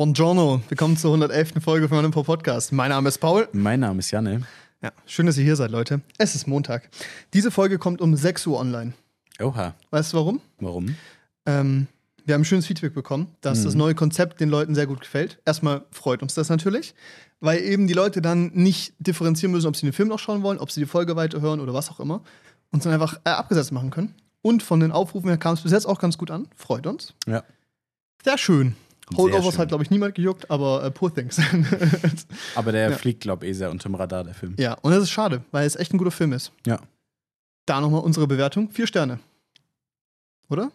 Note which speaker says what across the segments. Speaker 1: Buongiorno, willkommen zur 111. Folge von meinem Podcast. Mein Name ist Paul.
Speaker 2: Mein Name ist Janne.
Speaker 1: Ja, schön, dass ihr hier seid, Leute. Es ist Montag. Diese Folge kommt um 6 Uhr online.
Speaker 2: Oha,
Speaker 1: Weißt du warum?
Speaker 2: warum?
Speaker 1: Ähm, wir haben schönes Feedback bekommen, dass
Speaker 2: Mhm.
Speaker 1: das neue Konzept den Leuten sehr gut gefällt. Erstmal freut uns das natürlich, weil eben die Leute dann nicht differenzieren müssen, ob sie den Film noch schauen wollen, ob sie die Folge weiterhören oder was auch immer. Und es dann einfach äh, abgesetzt machen können. Und von den Aufrufen her kam es bis jetzt auch ganz gut an. Freut uns.
Speaker 2: Ja.
Speaker 1: Sehr schön.
Speaker 2: Sehr
Speaker 1: Holdovers
Speaker 2: schön.
Speaker 1: hat, glaube ich, niemand gejuckt, aber äh, poor things.
Speaker 2: Aber der fliegt, glaube ich, eh sehr unterm Radar, der Film.
Speaker 1: ja, und das ist schade, weil es echt ein guter Film ist.
Speaker 2: Ja.
Speaker 1: Da nochmal unsere Bewertung. Vier Sterne. Oder?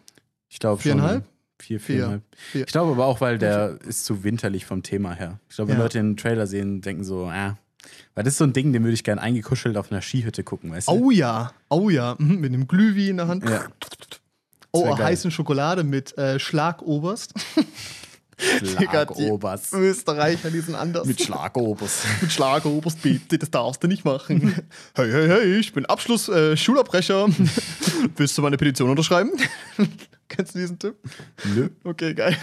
Speaker 2: Ich glaube schon.
Speaker 1: Viereinhalb?
Speaker 2: Vier, viereinhalb.
Speaker 1: Vier.
Speaker 2: Ich glaube aber auch, weil der ist zu winterlich vom Thema her. Ich glaube, wenn
Speaker 1: Ja.
Speaker 2: Leute den Trailer sehen, denken so, ah. Weil das ist so ein Ding, den würde ich gerne eingekuschelt auf einer Skihütte gucken, weißt du?
Speaker 1: Oh ja, oh ja. Mhm, mit einem Glühwein in der Hand.
Speaker 2: Ja,
Speaker 1: Oh,
Speaker 2: wär
Speaker 1: eine
Speaker 2: geil.
Speaker 1: heißen Schokolade mit äh, Schlagoberst. Digga, die
Speaker 2: Schlagobers.
Speaker 1: Österreicher, die sind anders.
Speaker 2: Mit Schlagobers.
Speaker 1: Mit Schlagoberst, bitte, das darfst du nicht machen. hey, hey, hey, ich bin Abschluss, äh, Schulabbrecher. Willst du meine Petition unterschreiben? Kennst du diesen Tipp?
Speaker 2: Nö.
Speaker 1: Okay, geil.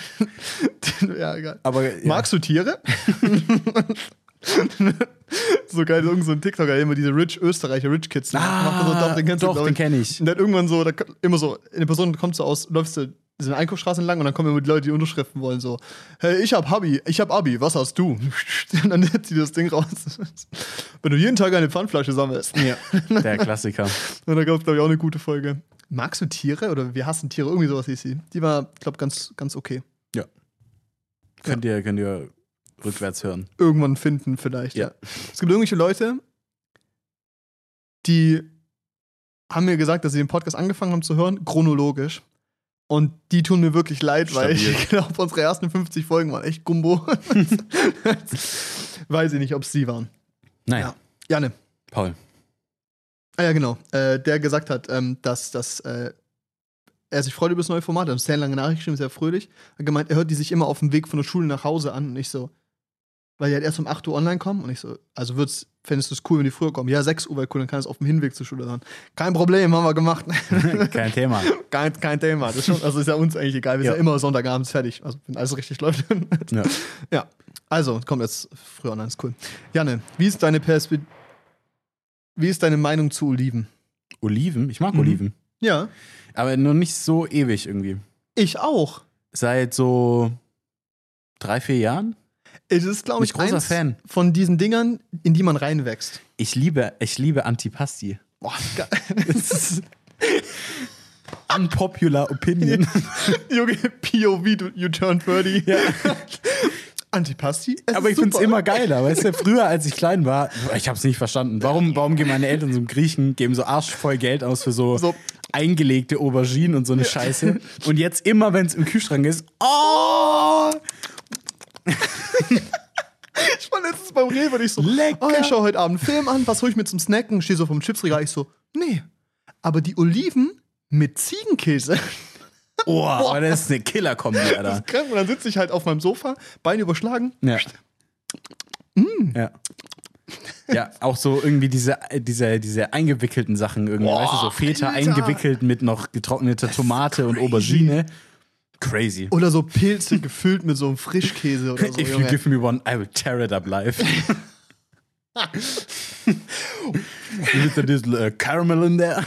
Speaker 1: ja, egal.
Speaker 2: Aber ja,
Speaker 1: Magst du Tiere? so geil, irgend so ein TikToker, der immer diese Rich Österreicher, Rich Kids
Speaker 2: Ah,
Speaker 1: kennst du,
Speaker 2: doch,
Speaker 1: glaub
Speaker 2: den kenn ich.
Speaker 1: Und dann irgendwann so, da, immer so, eine Person kommt so aus, läufst du diese Einkaufsstraße entlang und dann kommen immer die Leute, die Unterschriften wollen, so, hey, ich hab Hobby, ich hab Abi, was hast du? Und dann zieht die das Ding raus. Wenn du jeden Tag eine Pfandflasche sammelst. Ja.
Speaker 2: der Klassiker.
Speaker 1: Und da gab es, glaube ich, auch eine gute Folge. Magst du Tiere oder wir hassen Tiere? Irgendwie sowas hieß sie. Die war, glaube ganz, ganz okay.
Speaker 2: Könnt, ihr, könnt ihr rückwärts hören.
Speaker 1: irgendwann finden, vielleicht. Ja.
Speaker 2: Ja.
Speaker 1: Es gibt irgendwelche Leute, die haben mir gesagt, dass sie den Podcast angefangen haben zu hören, chronologisch. Und die tun mir wirklich leid, weil
Speaker 2: Stabil.
Speaker 1: ich glaube, unsere ersten 50 Folgen waren echt Gumbo. Weiß ich nicht, ob es sie waren.
Speaker 2: Nein,
Speaker 1: Ja. Janne.
Speaker 2: Paul.
Speaker 1: Ah ja, genau. Äh, der gesagt hat, ähm, dass, dass äh, er sich freut über das neue Format. Er hat uns sehr lange Nachricht geschrieben, sehr fröhlich. Er hat gemeint, er hört die sich immer auf dem Weg von der Schule nach Hause an. Und ich so, weil die halt erst um 8 Uhr online kommen. Und ich so, also wird's, fändest du es cool, wenn die früher kommen? Ja, 6 Uhr wäre cool, dann kann es auf dem Hinweg zur Schule hören. Kein Problem, haben wir gemacht.
Speaker 2: Kein Thema.
Speaker 1: kein, kein Thema. Das ist schon, also ist ja uns eigentlich egal. Wir
Speaker 2: Ja.
Speaker 1: sind ja immer Sonntagabends fertig. Also, wenn alles richtig läuft.
Speaker 2: Ja.
Speaker 1: ja. Also, kommt jetzt früher online, ist cool. Janne, wie ist deine Perspekt Wie ist deine Meinung zu Oliven?
Speaker 2: Oliven? Ich mag
Speaker 1: Mhm.
Speaker 2: Oliven.
Speaker 1: Ja.
Speaker 2: Aber nur nicht so ewig irgendwie.
Speaker 1: Ich auch.
Speaker 2: Seit so drei, vier Jahren.
Speaker 1: Es ist, glaube
Speaker 2: Bin
Speaker 1: ich,
Speaker 2: ich großer
Speaker 1: eins
Speaker 2: Fan.
Speaker 1: von diesen Dingern, in die man reinwächst.
Speaker 2: Ich liebe, ich liebe Antipasti.
Speaker 1: Boah,
Speaker 2: Das ist Unpopular Opinion.
Speaker 1: Junge, POV, du- you turn 30. Antipasti? es
Speaker 2: Aber
Speaker 1: ist
Speaker 2: ich finde es
Speaker 1: super.
Speaker 2: immer geiler. Weißt du, früher, als ich klein war, ich habe es nicht verstanden. Warum, warum geben meine Eltern so einen Griechen, geben so arschvoll Geld aus für so,
Speaker 1: So.
Speaker 2: eingelegte Auberginen und so eine Scheiße. Und jetzt immer, wenn es im Kühlschrank ist, oh,
Speaker 1: Ich war letztens beim Rewe und ich so,
Speaker 2: Lecker.
Speaker 1: oh, ich schaue heute Abend einen Film an, was hole ich mir zum Snacken? Stehe so vom Chipsregal, ich so, nee. Aber die Oliven mit Ziegenkäse.
Speaker 2: oh, aber das ist eine Killer-Kombi, Alter.
Speaker 1: Krank. Und dann sitze ich halt auf meinem Sofa, Beine überschlagen.
Speaker 2: Ja.
Speaker 1: Mm.
Speaker 2: Ja. Ja, auch so irgendwie diese, diese, diese eingewickelten Sachen irgendwie,
Speaker 1: Boah,
Speaker 2: weißt du, so Feta
Speaker 1: Alter.
Speaker 2: eingewickelt mit noch getrockneter Tomate und Aubergine. Crazy.
Speaker 1: Oder so Pilze gefüllt mit so einem Frischkäse oder so.
Speaker 2: If you
Speaker 1: Junge.
Speaker 2: give me one, I will tear it up live. With a little uh, caramel in there.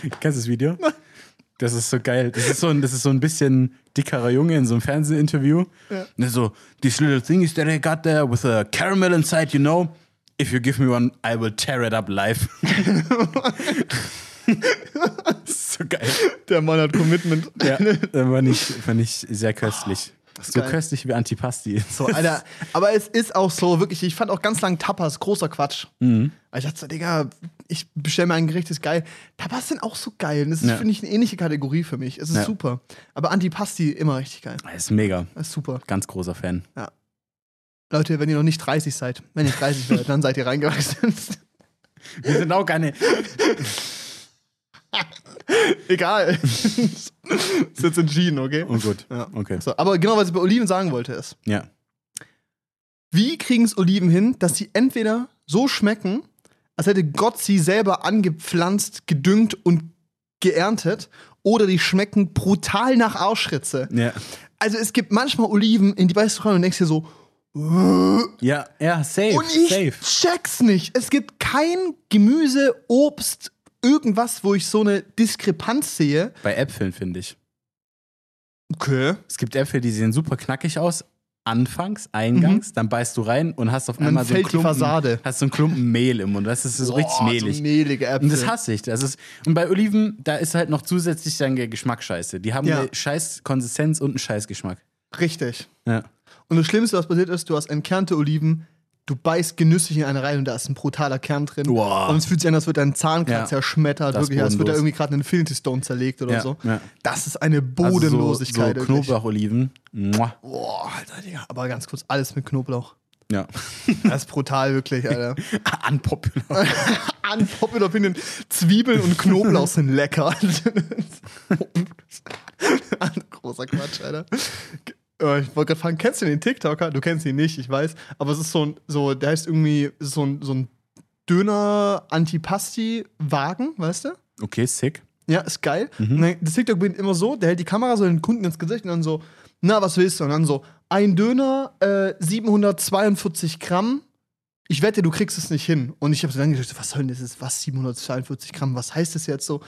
Speaker 2: Kennst du das Video? Das ist so geil. Das ist so ein, das ist so ein bisschen dickerer Junge in so einem Fernsehinterview.
Speaker 1: Ja.
Speaker 2: Und So, this little thing is that I got there with a caramel inside, you know. If you give me one, I will tear it up live. das ist so geil.
Speaker 1: Der Mann hat Commitment.
Speaker 2: Ja, Äh, fand ich, fand ich sehr köstlich. So
Speaker 1: Ah, geil.
Speaker 2: köstlich wie Antipasti.
Speaker 1: So, Alter, aber es ist auch so, wirklich, ich fand auch ganz lang Tapas großer Quatsch.
Speaker 2: Mhm.
Speaker 1: Weil ich dachte so, Digga, ich bestelle mir ein Gericht, ist geil. Tapas sind auch so geil. Und das ist,
Speaker 2: Ja.
Speaker 1: finde ich, eine ähnliche Kategorie für mich. Es ist
Speaker 2: Ja.
Speaker 1: super. Aber Antipasti immer richtig geil.
Speaker 2: Das ist mega.
Speaker 1: Das ist super.
Speaker 2: Ganz großer Fan.
Speaker 1: Leute, wenn ihr noch nicht 30 seid, wenn ihr 30 seid, dann seid ihr reingewachsen.
Speaker 2: Wir sind auch keine.
Speaker 1: Egal. ist jetzt entschieden, okay?
Speaker 2: Oh gut.
Speaker 1: Ja.
Speaker 2: Okay.
Speaker 1: So, aber genau, was ich bei Oliven sagen wollte, ist,
Speaker 2: Ja.
Speaker 1: Wie kriegen es Oliven hin, dass sie entweder so schmecken, als hätte Gott sie selber angepflanzt, gedüngt und geerntet, oder die schmecken brutal nach Arschritze.
Speaker 2: Ja.
Speaker 1: Also es gibt manchmal Oliven, in die beißt du rein und denkst dir so, "Ugh."
Speaker 2: Ja, ja, safe.
Speaker 1: und ich
Speaker 2: safe.
Speaker 1: check's nicht. Es gibt kein Gemüse, Obst, irgendwas, wo ich so eine Diskrepanz sehe.
Speaker 2: Bei Äpfeln finde ich.
Speaker 1: Okay.
Speaker 2: Es gibt Äpfel, die sehen super knackig aus. Anfangs, eingangs, dann beißt du rein und hast auf
Speaker 1: Mhm. dann
Speaker 2: einmal so einen
Speaker 1: fällt die
Speaker 2: Klumpen,
Speaker 1: Fassade.
Speaker 2: hast so einen Klumpen Mehl im Mund. Das ist so richtig mehlig.
Speaker 1: Oh, So mehlige Äpfel.
Speaker 2: Und das hasse ich. Das ist, und bei Oliven, da ist halt noch zusätzlich dann der Geschmack scheiße. Die haben
Speaker 1: Ja.
Speaker 2: eine scheiß Konsistenz und einen scheiß Geschmack.
Speaker 1: Richtig.
Speaker 2: Ja.
Speaker 1: Und das Schlimmste, was passiert ist, du hast entkernte Oliven, du beißt genüsslich in eine rein und da ist ein brutaler Kern drin.
Speaker 2: Boah.
Speaker 1: Und es fühlt sich an, als wird dein Zahn gerade
Speaker 2: Ja.
Speaker 1: zerschmettert,
Speaker 2: Das ist
Speaker 1: wirklich, als wird da
Speaker 2: bodenlos.
Speaker 1: irgendwie gerade ein Infinity Stone zerlegt oder
Speaker 2: Ja,
Speaker 1: so.
Speaker 2: ja.
Speaker 1: Das ist eine
Speaker 2: Also
Speaker 1: Bodenlosigkeit.
Speaker 2: So, so
Speaker 1: wirklich.
Speaker 2: Knoblaucholiven. Mua.
Speaker 1: Boah, Alter, Digga. Aber ganz kurz, alles mit Knoblauch.
Speaker 2: Ja.
Speaker 1: Das ist brutal, wirklich, Alter.
Speaker 2: Unpopular.
Speaker 1: Unpopular Opinion. Zwiebeln und Knoblauch sind lecker. Großer Quatsch, Alter. Äh, Ich wollte gerade fragen, kennst du den TikToker? Du kennst ihn nicht, ich weiß. Aber es ist so ein, so, der heißt irgendwie so ein, so ein dünner Antipasti-Wagen, weißt du?
Speaker 2: Okay, sick.
Speaker 1: Ja, ist geil. Und dann, das TikTok beginnt immer so, der hält die Kamera so den Kunden ins Gesicht und dann so, na, was willst du? Und dann so, ein Döner, äh, 742 Gramm. Ich wette, du kriegst es nicht hin. Und ich habe so dann gedacht, was soll denn das? jetzt? Was, 742 Gramm? Was heißt das jetzt so?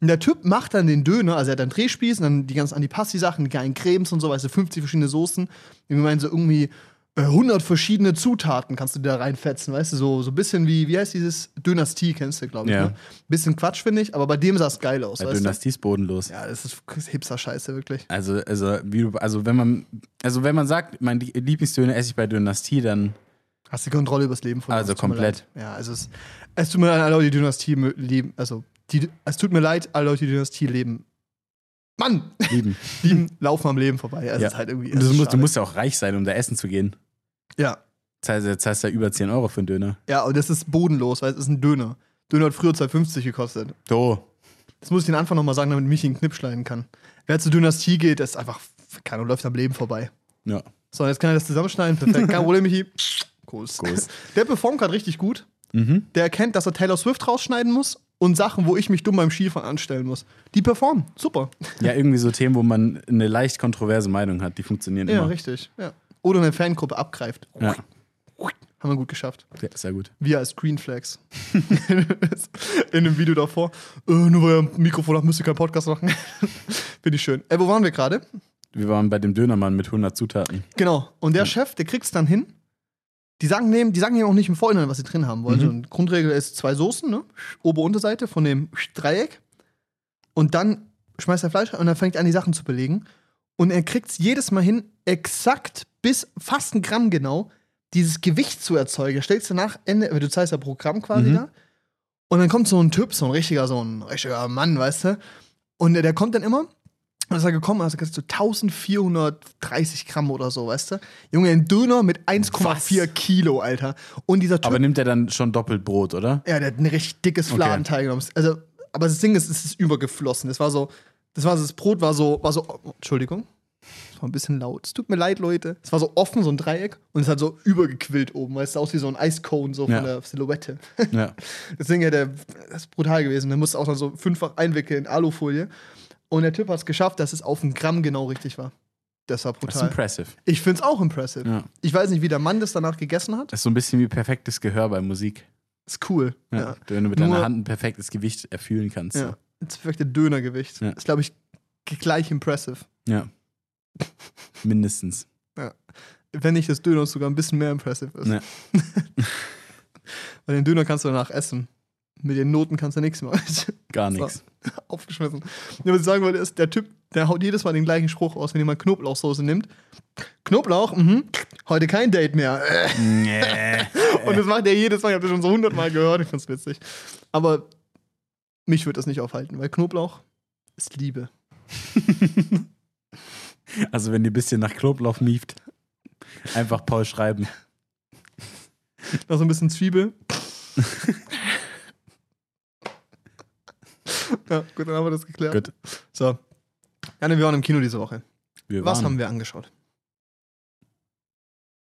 Speaker 1: Und der Typ macht dann den Döner, also er hat dann Drehspieß und dann die ganzen Antipasti-Sachen, die geilen Cremes und so, weißt du, 50 verschiedene Soßen. Ich meine, so irgendwie äh, 100 verschiedene Zutaten kannst du da reinfetzen, weißt du, so, so ein bisschen wie, wie heißt dieses Dynastie, kennst du, glaube ich,
Speaker 2: Ja.
Speaker 1: ne? Bisschen Quatsch, finde ich, aber bei dem sah es geil aus,
Speaker 2: Bei
Speaker 1: weißt du?
Speaker 2: Dynastie ist bodenlos.
Speaker 1: Ja, das ist Hipster-Scheiße, wirklich.
Speaker 2: Also, also, wie, du- also, wenn man, also wenn man sagt, mein Lie- Lieblingsdöner esse ich bei Dynastie, dann
Speaker 1: Hast die Kontrolle übers Leben von
Speaker 2: Also
Speaker 1: es tut mir
Speaker 2: komplett.
Speaker 1: leid. Ja, also es, es tut mir leid, alle Leute, die Dynastie mö- leben. Also, die, es tut mir leid, alle Leute, die Dynastie leben. Mann!
Speaker 2: lieben.
Speaker 1: Die laufen am Leben vorbei. Also,
Speaker 2: Ja.
Speaker 1: es ist halt irgendwie.
Speaker 2: Und
Speaker 1: es
Speaker 2: du,
Speaker 1: ist
Speaker 2: musst, du
Speaker 1: schade.
Speaker 2: musst ja auch reich sein, um da essen zu gehen.
Speaker 1: Ja.
Speaker 2: Das heißt, das heißt ja über 10 Euro für einen Döner.
Speaker 1: ja, und das ist bodenlos, weil es ist ein Döner. Döner hat früher 2,50 gekostet.
Speaker 2: So.
Speaker 1: Das muss ich den Anfang nochmal sagen, damit mich in den Knipp schneiden kann. Wer zur Dynastie geht, ist einfach. Keiner läuft am Leben vorbei.
Speaker 2: Ja.
Speaker 1: So, jetzt kann er das zusammenschneiden. Perfekt. Kein Problem, Michi. Groß.
Speaker 2: Kuss.
Speaker 1: Der performt gerade richtig gut.
Speaker 2: Mhm.
Speaker 1: der erkennt, dass er Taylor Swift rausschneiden muss und Sachen, wo ich mich dumm beim Skifahren anstellen muss. Die performen. Super.
Speaker 2: Ja, irgendwie so Themen, wo man eine leicht kontroverse Meinung hat, die funktionieren
Speaker 1: Ja,
Speaker 2: immer.
Speaker 1: richtig. Ja. Oder eine Fangruppe abgreift.
Speaker 2: Ja,
Speaker 1: Haben wir gut geschafft.
Speaker 2: Ja, sehr gut.
Speaker 1: Wir als Green Flags. In dem Video davor. Äh, nur weil ihr ein Mikrofon habt, müsst ihr keinen Podcast machen. Finde ich schön. Äh, wo waren wir gerade?
Speaker 2: Wir waren bei dem Dönermann mit 100 Zutaten.
Speaker 1: Genau. Und der Chef, der kriegt's dann hin. Die sagen, nehmen, die sagen ihm auch nicht im Vorhinein, was sie drin haben wollen. Und Grundregel ist zwei Soßen, ne? Ober- und Unterseite von dem Dreieck. Und dann schmeißt er Fleisch rein und dann fängt er an, die Sachen zu belegen. Und er kriegt's jedes Mal hin, exakt bis fast ein Gramm genau, dieses Gewicht zu erzeugen. Er stellst du nach Ende, du zeigst ja pro Gramm quasi
Speaker 2: Mhm.
Speaker 1: da. Und dann kommt so ein Typ, so ein richtiger, so ein richtiger Mann, weißt du? Und der, der kommt dann immer und ist er gekommen, also kriegst du 1430 Gramm oder so, weißt du? Junge, ein Döner mit 1,4
Speaker 2: Was?
Speaker 1: Kilo, Alter. Und dieser Typ,
Speaker 2: Aber nimmt er dann schon doppelt Brot, oder?
Speaker 1: ja, der hat ein richtig dickes
Speaker 2: Okay.
Speaker 1: Fladenteig genommen. Also, aber das Ding ist, es ist übergeflossen. Das war so, das war so, das Brot war so, war so, oh, Entschuldigung. Das war ein bisschen laut. Es tut mir leid, Leute. Es war so offen, so ein Dreieck. Und es hat so übergequillt oben, weißt du, aus wie so ein Eiscone, so
Speaker 2: Ja.
Speaker 1: von der Silhouette.
Speaker 2: Ja.
Speaker 1: Deswegen ja, der, das ist brutal gewesen. Der musste auch dann so fünffach einwickeln in Alufolie. Und der Typ hat es geschafft, dass es auf einen Gramm genau richtig war. Das war
Speaker 2: Das ist
Speaker 1: brutal.
Speaker 2: impressive.
Speaker 1: ich find's auch impressive.
Speaker 2: Ja.
Speaker 1: Ich weiß nicht, wie der Mann das danach gegessen hat.
Speaker 2: Das ist so ein bisschen wie perfektes Gehör bei Musik.
Speaker 1: Ist cool.
Speaker 2: Ja.
Speaker 1: Ja.
Speaker 2: Wenn du mit
Speaker 1: Nur-
Speaker 2: deiner Hand ein perfektes Gewicht erfüllen kannst.
Speaker 1: ja. Das perfekte Dönergewicht.
Speaker 2: Ja.
Speaker 1: Ist, glaube ich, g- gleich impressive.
Speaker 2: ja. Mindestens.
Speaker 1: Wenn nicht das Döner sogar ein bisschen mehr impressive ist.
Speaker 2: Ja.
Speaker 1: Weil den Döner kannst du danach essen. Mit den Noten kannst du nichts machen.
Speaker 2: Gar
Speaker 1: So.
Speaker 2: nichts.
Speaker 1: aufgeschmissen. Ja, was ich sagen wollte, ist, der Typ, der haut jedes Mal den gleichen Spruch aus, wenn jemand Knoblauchsoße nimmt. Knoblauch, mhm, heute kein Date mehr. Äh.
Speaker 2: Nee.
Speaker 1: Und das macht er jedes Mal, ich habe das schon so hundertmal gehört, ich find's witzig. Aber mich würde das nicht aufhalten, weil Knoblauch ist Liebe.
Speaker 2: Also wenn ihr ein bisschen nach Knoblauch mieft, einfach Paul schreiben.
Speaker 1: Noch so ein bisschen Zwiebel. ja, gut, dann haben wir das geklärt.
Speaker 2: Gut.
Speaker 1: So. Janne, wir waren im Kino diese Woche.
Speaker 2: Wir
Speaker 1: Was
Speaker 2: waren-
Speaker 1: haben wir angeschaut?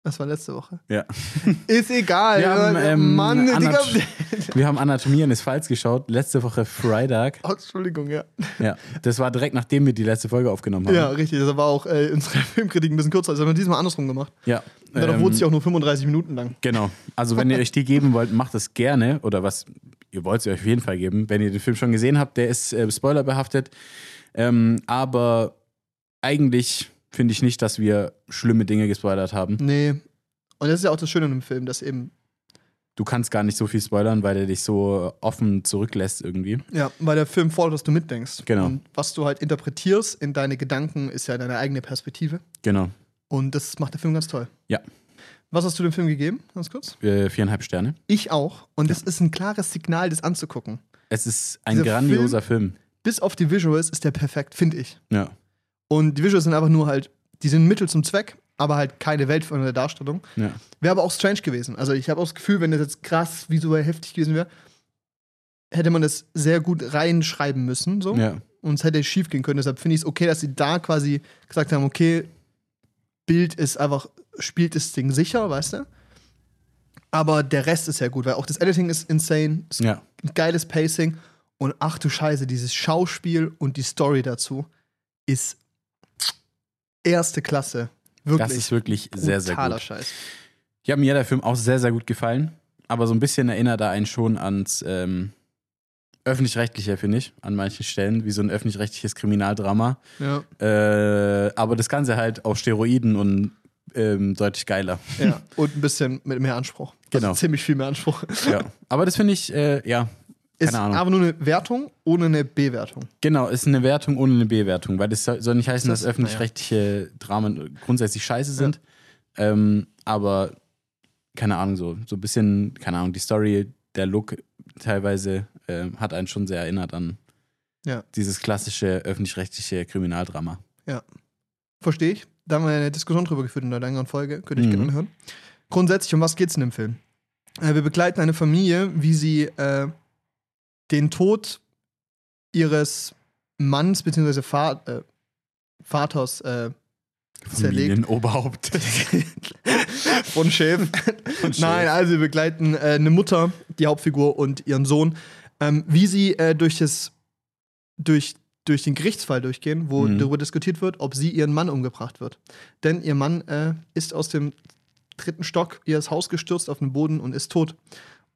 Speaker 1: Das war letzte Woche.
Speaker 2: Ja.
Speaker 1: Ist egal. Äh,
Speaker 2: Wir haben, ähm,
Speaker 1: Mann, Digga.
Speaker 2: Anat- Wir haben Anatomie eines Falls geschaut, letzte Woche Freitag.
Speaker 1: Oh, Entschuldigung, ja.
Speaker 2: Ja. Das war direkt nachdem wir die letzte Folge aufgenommen haben.
Speaker 1: Ja, richtig. Das war auch äh, unsere Filmkritik ein bisschen kürzer. Das haben wir diesmal andersrum gemacht.
Speaker 2: ja.
Speaker 1: Und Dadurch
Speaker 2: ähm,
Speaker 1: wurde sie auch nur 35 Minuten lang.
Speaker 2: Genau. Also wenn ihr euch die geben wollt, macht das gerne. Oder was, ihr wollt sie euch auf jeden Fall geben. Wenn ihr den Film schon gesehen habt, der ist äh, spoilerbehaftet. Ähm, aber eigentlich finde ich nicht, dass wir schlimme Dinge gespoilert haben.
Speaker 1: Nee. Und das ist ja auch das Schöne an dem Film, dass eben,
Speaker 2: Du kannst gar nicht so viel spoilern, weil der dich so offen zurücklässt irgendwie.
Speaker 1: ja, weil der Film fordert, dass du mitdenkst.
Speaker 2: Genau.
Speaker 1: Und was du halt interpretierst in deine Gedanken, ist ja deine eigene Perspektive.
Speaker 2: Genau.
Speaker 1: Und das macht der Film ganz toll.
Speaker 2: Ja.
Speaker 1: Was hast du dem Film gegeben, ganz kurz?
Speaker 2: Äh, viereinhalb Sterne.
Speaker 1: Ich auch. Und das ist ein klares Signal, das anzugucken.
Speaker 2: Es ist ein
Speaker 1: Dieser
Speaker 2: grandioser Film.
Speaker 1: Bis auf die Visuals ist der perfekt, finde ich.
Speaker 2: Ja.
Speaker 1: Und die Visuals sind einfach nur halt, die sind Mittel zum Zweck, aber halt keine weltverändernde Darstellung.
Speaker 2: ja.
Speaker 1: Wäre aber auch strange gewesen. Also ich habe auch das Gefühl, wenn das jetzt krass visuell heftig gewesen wäre, hätte man das sehr gut reinschreiben müssen. So.
Speaker 2: Ja.
Speaker 1: Und es hätte schief gehen können. Deshalb finde ich es okay, dass sie da quasi gesagt haben, okay, Bild ist einfach, spielt das Ding sicher, weißt du? Aber der Rest ist ja gut, weil auch das Editing ist insane, ist
Speaker 2: Ja.
Speaker 1: ein geiles Pacing und ach du Scheiße, dieses Schauspiel und die Story dazu ist erste Klasse. Wirklich.
Speaker 2: Das ist wirklich sehr, sehr
Speaker 1: brutaler
Speaker 2: gut.
Speaker 1: Scheiß.
Speaker 2: Ja, mir hat der Film auch sehr, sehr gut gefallen. Aber so ein bisschen erinnert er einen schon ans ähm, öffentlich-rechtliche, finde ich, an manchen Stellen, wie so ein öffentlich-rechtliches Kriminaldrama.
Speaker 1: Ja.
Speaker 2: Äh, aber das Ganze halt auf Steroiden und ähm, deutlich geiler.
Speaker 1: ja. Und ein bisschen mit mehr Anspruch.
Speaker 2: Genau.
Speaker 1: Also ziemlich viel mehr Anspruch.
Speaker 2: Ja. Aber das finde ich, äh, ja,
Speaker 1: Ist
Speaker 2: Ahnung.
Speaker 1: aber nur eine Wertung ohne eine Bewertung.
Speaker 2: genau, ist eine Wertung ohne eine Bewertung, weil das soll soll nicht heißen,
Speaker 1: Das-
Speaker 2: dass öffentlich-rechtliche Dramen grundsätzlich scheiße sind. Ähm, aber keine Ahnung, so, so ein bisschen, keine Ahnung, die Story, der Look teilweise ähm, hat einen schon sehr erinnert an
Speaker 1: Ja.
Speaker 2: dieses klassische öffentlich-rechtliche Kriminaldrama.
Speaker 1: Verstehe ich. Da haben wir eine Diskussion drüber geführt in der längeren Folge. Könnt ihr euch
Speaker 2: Mhm.
Speaker 1: gerne anhören. Grundsätzlich, um was geht's in dem Film? Äh, wir begleiten eine Familie, wie sie äh, den Tod ihres Manns bzw. Fa äh, Vaters äh, zerlegt.
Speaker 2: Familienoberhaupt.
Speaker 1: Von Schäf. Nein, also wir begleiten äh, eine Mutter, die Hauptfigur und ihren Sohn, ähm, wie sie äh, durch, das, durch, durch den Gerichtsfall durchgehen, wo
Speaker 2: Mhm.
Speaker 1: darüber diskutiert wird, ob sie ihren Mann umgebracht wird. Denn ihr Mann äh, ist aus dem dritten Stock ihres Haus gestürzt auf den Boden und ist tot.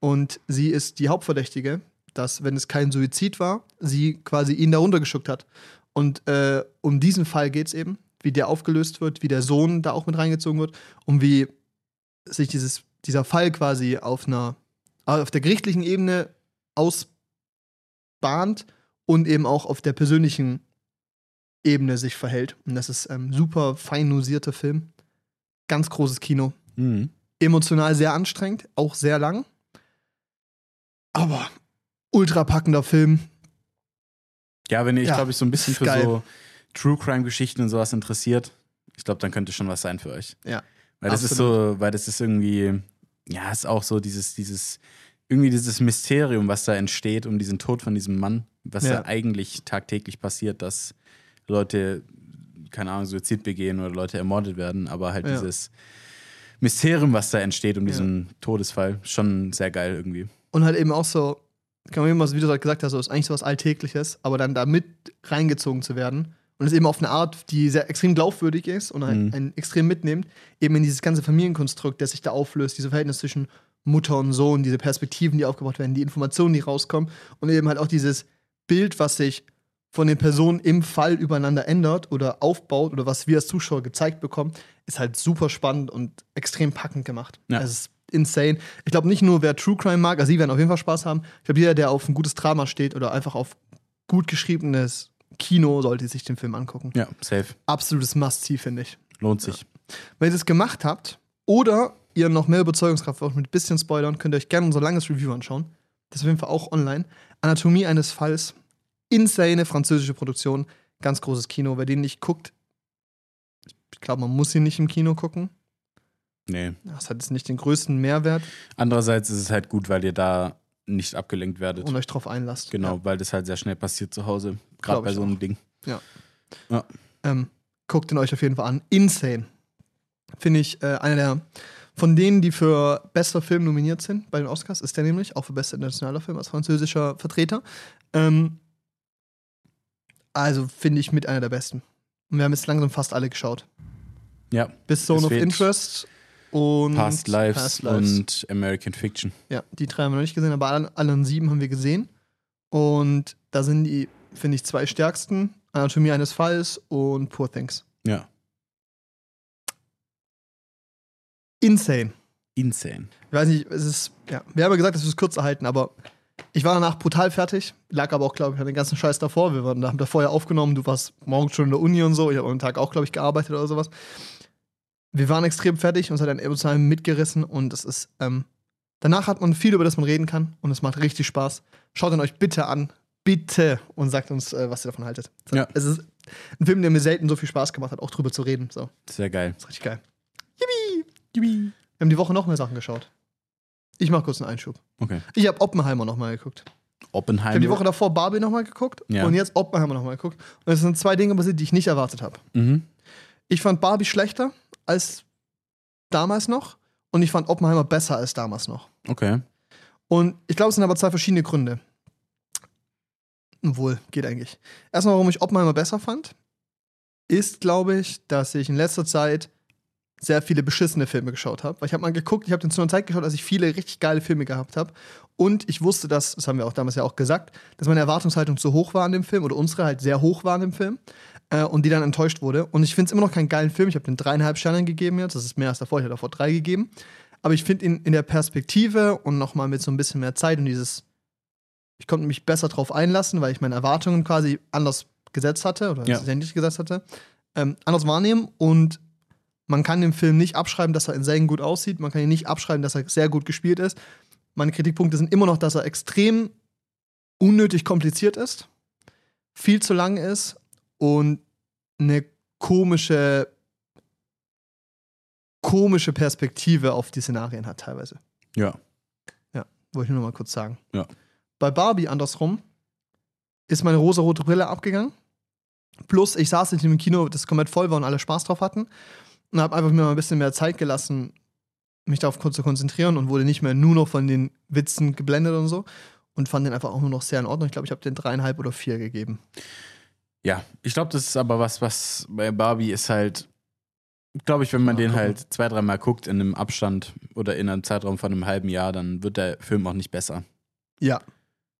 Speaker 1: Und sie ist die Hauptverdächtige, dass, wenn es kein Suizid war, sie quasi ihn da runtergeschuckt hat. Und äh, um diesen Fall geht es eben, wie der aufgelöst wird, wie der Sohn da auch mit reingezogen wird und wie sich dieses, dieser Fall quasi auf einer, auf der gerichtlichen Ebene ausbahnt und eben auch auf der persönlichen Ebene sich verhält. Und das ist ein super fein dosierter Film. Ganz großes Kino.
Speaker 2: Mhm.
Speaker 1: Emotional sehr anstrengend, auch sehr lang. Aber ultra packender Film.
Speaker 2: Ja, wenn ihr, ich
Speaker 1: Ja,
Speaker 2: glaube, ich so ein bisschen
Speaker 1: ist
Speaker 2: für
Speaker 1: geil.
Speaker 2: so True Crime Geschichten und sowas interessiert, ich glaube, dann könnte schon was sein für euch.
Speaker 1: Ja,
Speaker 2: Weil das ist so, weil das ist irgendwie, ja, ist auch so dieses, dieses, irgendwie dieses Mysterium, was da entsteht um diesen Tod von diesem Mann, was
Speaker 1: Ja.
Speaker 2: da eigentlich tagtäglich passiert, dass Leute, keine Ahnung, Suizid begehen oder Leute ermordet werden, aber halt
Speaker 1: Ja.
Speaker 2: dieses Mysterium, was da entsteht um
Speaker 1: Ja.
Speaker 2: diesen Todesfall, schon sehr geil irgendwie.
Speaker 1: Und halt eben auch so, kann man eben, was- wie du halt gesagt hast, so ist eigentlich so was Alltägliches, aber dann da mit reingezogen zu werden und es eben auf eine Art, die sehr extrem glaubwürdig ist und einen,
Speaker 2: Mhm.
Speaker 1: einen extrem mitnimmt, eben in dieses ganze Familienkonstrukt, das sich da auflöst, diese Verhältnisse zwischen Mutter und Sohn, diese Perspektiven, die aufgebaut werden, die Informationen, die rauskommen und eben halt auch dieses Bild, was sich von den Personen im Fall übereinander ändert oder aufbaut oder was wir als Zuschauer gezeigt bekommen, ist halt super spannend und extrem packend gemacht.
Speaker 2: Ja.
Speaker 1: Also es ist insane. Ich glaube nicht nur, wer True Crime mag, also sie werden auf jeden Fall Spaß haben. Ich glaube, jeder, der auf ein gutes Drama steht oder einfach auf gut geschriebenes Kino, sollte sich den Film angucken.
Speaker 2: Ja, safe.
Speaker 1: Absolutes Must-See, finde ich.
Speaker 2: Lohnt sich.
Speaker 1: Wenn ihr es gemacht habt oder ihr noch mehr Überzeugungskraft braucht mit ein bisschen Spoilern, könnt ihr euch gerne unser langes Review anschauen. Das ist auf jeden Fall auch online. Anatomie eines Falls. Insane französische Produktion. Ganz großes Kino. Wer den nicht guckt, ich glaube, man muss ihn nicht im Kino gucken.
Speaker 2: Nee.
Speaker 1: Das hat jetzt nicht den größten Mehrwert
Speaker 2: Andererseits ist es halt gut, weil ihr da nicht abgelenkt werdet.
Speaker 1: und euch drauf einlasst.
Speaker 2: genau, weil das halt sehr schnell passiert zu Hause. Gerade
Speaker 1: Glaub
Speaker 2: bei
Speaker 1: ich
Speaker 2: so einem Ding.
Speaker 1: Ähm, guckt ihn euch auf jeden Fall an. Insane. finde ich, äh, einer der von denen, die für bester Film nominiert sind bei den Oscars, ist der nämlich, auch für bester internationaler Film als französischer Vertreter. Ähm, also finde ich mit einer der besten. Und wir haben jetzt langsam fast alle geschaut.
Speaker 2: Ja.
Speaker 1: Bis Zone
Speaker 2: Es
Speaker 1: of
Speaker 2: fehlt
Speaker 1: Interest und
Speaker 2: Past Lives,
Speaker 1: Past Lives.
Speaker 2: und American Fiction.
Speaker 1: Ja, die drei haben wir noch nicht gesehen, aber alle anderen sieben haben wir gesehen. Und da sind die, finde ich, zwei stärksten: Anatomie eines Falls und Poor Things.
Speaker 2: Ja.
Speaker 1: Insane.
Speaker 2: Insane.
Speaker 1: Ich weiß nicht, es ist, ja, wir haben ja gesagt, dass wir es kurz erhalten, aber ich war danach brutal fertig, lag aber auch, glaube ich, an den ganzen Scheiß davor. Wir waren, haben da vorher aufgenommen, du warst morgens schon in der Uni und so, ich habe am Tag auch, glaube ich, gearbeitet oder sowas. Wir waren extrem fertig, uns hat dann emotional mitgerissen und es ist, ähm, danach hat man viel, über das man reden kann und es macht richtig Spaß. Schaut ihn euch bitte an, bitte, und sagt uns, äh, was ihr davon haltet.
Speaker 2: Ja.
Speaker 1: Es ist ein Film, der mir selten so viel Spaß gemacht hat, auch drüber zu reden. So,
Speaker 2: Sehr geil.
Speaker 1: ist richtig geil. Yippie! Yippie! Wir haben die Woche noch mehr Sachen geschaut. Ich mache kurz einen Einschub.
Speaker 2: Okay.
Speaker 1: Ich habe Oppenheimer nochmal geguckt. Ich
Speaker 2: Oppenheimer.
Speaker 1: habe die Woche davor Barbie nochmal geguckt
Speaker 2: Ja.
Speaker 1: und jetzt Oppenheimer nochmal geguckt. Und es sind zwei Dinge passiert, die ich nicht erwartet habe.
Speaker 2: Mhm.
Speaker 1: Ich fand Barbie schlechter als damals noch und ich fand Oppenheimer besser als damals noch.
Speaker 2: Okay.
Speaker 1: Und ich glaube, es sind aber zwei verschiedene Gründe. Wohl, geht eigentlich. Erstmal, warum ich Oppenheimer besser fand, ist, glaube ich, dass ich in letzter Zeit sehr viele beschissene Filme geschaut habe. Weil ich habe mal geguckt, ich habe den zu einer Zeit geschaut, als ich viele richtig geile Filme gehabt habe. Und ich wusste, dass, das haben wir auch damals ja auch gesagt, dass meine Erwartungshaltung zu hoch war an dem Film oder unsere halt sehr hoch war an dem Film äh, und die dann enttäuscht wurde. Und ich finde es immer noch keinen geilen Film. Ich habe den dreieinhalb Sterne gegeben jetzt. Das ist mehr als davor. Ich habe davor drei gegeben. Aber ich finde ihn in der Perspektive und nochmal mit so ein bisschen mehr Zeit und dieses, ich konnte mich besser drauf einlassen, weil ich meine Erwartungen quasi anders gesetzt hatte oder
Speaker 2: Ja.
Speaker 1: sehr niedrig gesetzt hatte, ähm, anders wahrnehmen und man kann dem Film nicht abschreiben, dass er insane gut aussieht. Man kann ihn nicht abschreiben, dass er sehr gut gespielt ist. Meine Kritikpunkte sind immer noch, dass er extrem unnötig kompliziert ist, viel zu lang ist und eine komische, komische Perspektive auf die Szenarien hat teilweise.
Speaker 2: Ja.
Speaker 1: Wollte ich nur noch mal kurz sagen.
Speaker 2: Ja.
Speaker 1: Bei Barbie andersrum ist meine rosarote Brille abgegangen. Plus, ich saß nicht im Kino, das komplett voll war und alle Spaß drauf hatten. Und habe einfach mir mal ein bisschen mehr Zeit gelassen, mich darauf kurz zu konzentrieren und wurde nicht mehr nur noch von den Witzen geblendet und so. Und fand den einfach auch nur noch sehr in Ordnung. Ich glaube, ich habe den dreieinhalb oder vier gegeben.
Speaker 2: Ja. Ich glaube, das ist aber was, was bei Barbie ist halt, glaube ich, wenn man
Speaker 1: Mal
Speaker 2: den
Speaker 1: gucken.
Speaker 2: halt zwei, dreimal guckt in einem Abstand oder in einem Zeitraum von einem halben Jahr, dann wird der Film auch nicht besser.
Speaker 1: Ja,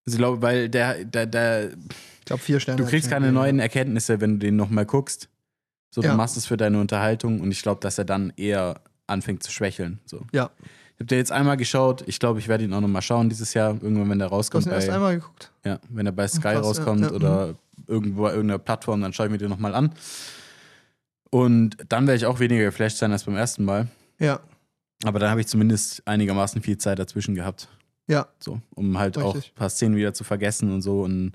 Speaker 2: Also ich glaube, weil der, der, der
Speaker 1: ich glaube vier Sterne.
Speaker 2: Du
Speaker 1: hab
Speaker 2: kriegst
Speaker 1: ich
Speaker 2: keine
Speaker 1: gegeben.
Speaker 2: neuen Erkenntnisse, wenn du den nochmal guckst. So, du
Speaker 1: Ja.
Speaker 2: machst es für deine Unterhaltung und ich glaube, dass er dann eher anfängt zu schwächeln. So.
Speaker 1: Ja.
Speaker 2: Ich habe den jetzt einmal geschaut. Ich glaube, ich werde ihn auch nochmal schauen dieses Jahr, irgendwann, wenn der
Speaker 1: Du hast
Speaker 2: rauskommt.
Speaker 1: ihn erst
Speaker 2: Bei,
Speaker 1: einmal geguckt.
Speaker 2: ja, wenn er bei Sky
Speaker 1: krass, ja,
Speaker 2: rauskommt
Speaker 1: ja, mhm.
Speaker 2: oder irgendwo bei irgendeiner Plattform, dann schaue ich mir den nochmal an. Und dann werde ich auch weniger geflasht sein als beim ersten Mal.
Speaker 1: Ja,
Speaker 2: Aber dann habe ich zumindest einigermaßen viel Zeit dazwischen gehabt.
Speaker 1: ja.
Speaker 2: So, um halt auch
Speaker 1: Richtig.
Speaker 2: ein paar Szenen wieder zu vergessen und so. Und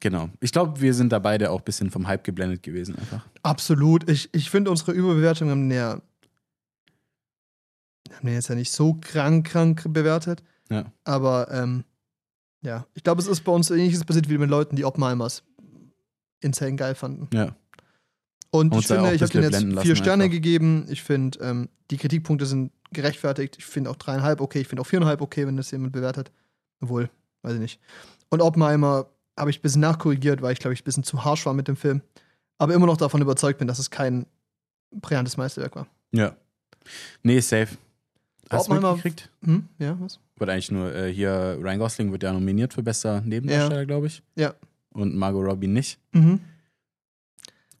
Speaker 2: genau. Ich glaube, wir sind da beide auch ein bisschen vom Hype geblendet gewesen einfach.
Speaker 1: Absolut. Ich, ich finde unsere Überbewertung haben den ja haben den jetzt ja nicht so krank, krank bewertet.
Speaker 2: Ja.
Speaker 1: Aber ähm, ja, ich glaube, es ist bei uns ähnliches passiert wie mit Leuten, die Oppenheimers insane geil fanden.
Speaker 2: Ja.
Speaker 1: Und
Speaker 2: Haben
Speaker 1: ich
Speaker 2: uns da auch
Speaker 1: finde,
Speaker 2: ein
Speaker 1: ich habe
Speaker 2: bisschen
Speaker 1: denen jetzt
Speaker 2: blenden lassen
Speaker 1: vier Sterne
Speaker 2: einfach.
Speaker 1: gegeben. Ich finde, ähm, die Kritikpunkte sind gerechtfertigt. Ich finde auch dreieinhalb okay. Ich finde auch viereinhalb okay, wenn das jemand bewertet. Obwohl, weiß ich nicht. Und Oppenheimer habe ich ein bisschen nachkorrigiert, weil ich, glaube ich, ein bisschen zu harsch war mit dem Film. Aber immer noch davon überzeugt bin, dass es kein brillantes Meisterwerk war.
Speaker 2: Ja. Nee, safe. Hast du
Speaker 1: Oppenheimer-
Speaker 2: mitgekriegt?
Speaker 1: Hm? Ja, was?
Speaker 2: Wird eigentlich nur äh, hier, Ryan Gosling wird ja nominiert für bester Nebendarsteller, glaube ich.
Speaker 1: Ja.
Speaker 2: Und Margot Robbie nicht.
Speaker 1: Mhm.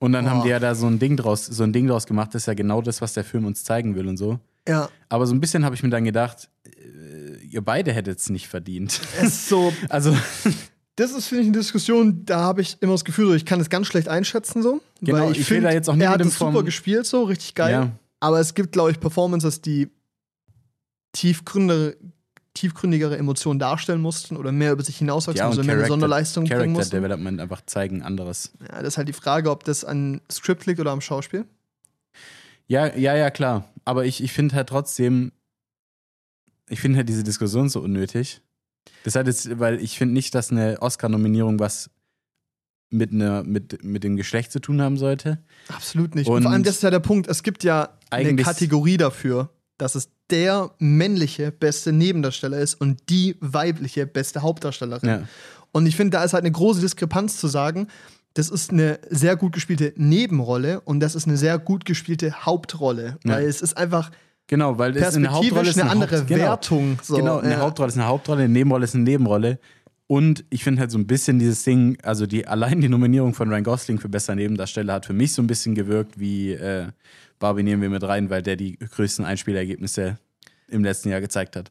Speaker 2: Und dann haben
Speaker 1: Boah.
Speaker 2: die ja da so ein Ding draus, so ein Ding draus gemacht, das ist ja genau das, was der Film uns zeigen will und so.
Speaker 1: Ja,
Speaker 2: Aber so ein bisschen habe ich mir dann gedacht, äh, ihr beide hättet es nicht verdient.
Speaker 1: es ist so.
Speaker 2: Also,
Speaker 1: Das ist, finde ich, eine Diskussion, da habe ich immer das Gefühl, ich kann es ganz schlecht einschätzen so.
Speaker 2: Genau,
Speaker 1: weil ich,
Speaker 2: ich will
Speaker 1: finde,
Speaker 2: da jetzt auch nicht
Speaker 1: er hat
Speaker 2: mit dem
Speaker 1: es super
Speaker 2: vom-
Speaker 1: gespielt so, richtig geil.
Speaker 2: ja.
Speaker 1: Aber es gibt, glaube ich, Performances, die tiefgründigere, tiefgründigere Emotionen darstellen mussten oder mehr über sich hinauswachsen, also mehr eine Sonderleistung bringen
Speaker 2: Character
Speaker 1: mussten.
Speaker 2: Development einfach zeigen anderes.
Speaker 1: Ja, das ist halt die Frage, ob das an Script liegt oder am Schauspiel.
Speaker 2: Ja, ja, ja, klar. Aber ich, ich finde halt trotzdem, ich finde halt diese Diskussion so unnötig. Das hat jetzt, weil ich finde nicht, dass eine Oscar-Nominierung was mit, einer, mit, mit dem Geschlecht zu tun haben sollte.
Speaker 1: Absolut nicht.
Speaker 2: Und
Speaker 1: Und vor allem, das ist ja der Punkt. Es gibt ja eine
Speaker 2: Eigentlich-
Speaker 1: Kategorie dafür, dass es der männliche beste Nebendarsteller ist und die weibliche beste Hauptdarstellerin.
Speaker 2: Ja.
Speaker 1: Und ich finde, da ist halt eine große Diskrepanz zu sagen, das ist eine sehr gut gespielte Nebenrolle und das ist eine sehr gut gespielte Hauptrolle.
Speaker 2: Ja.
Speaker 1: Weil es ist einfach
Speaker 2: Genau, weil das ist eine Hauptrolle
Speaker 1: perspektivisch
Speaker 2: ist
Speaker 1: eine, andere
Speaker 2: Haupt, genau.
Speaker 1: Wertung. So.
Speaker 2: genau, eine
Speaker 1: ja.
Speaker 2: Hauptrolle ist eine Hauptrolle, eine Nebenrolle ist eine Nebenrolle. Und ich finde halt so ein bisschen dieses Ding, also die allein die Nominierung von Ryan Gosling für bester Nebendarsteller hat für mich so ein bisschen gewirkt wie äh, Barbie nehmen wir mit rein, weil der die größten Einspielergebnisse im letzten Jahr gezeigt hat.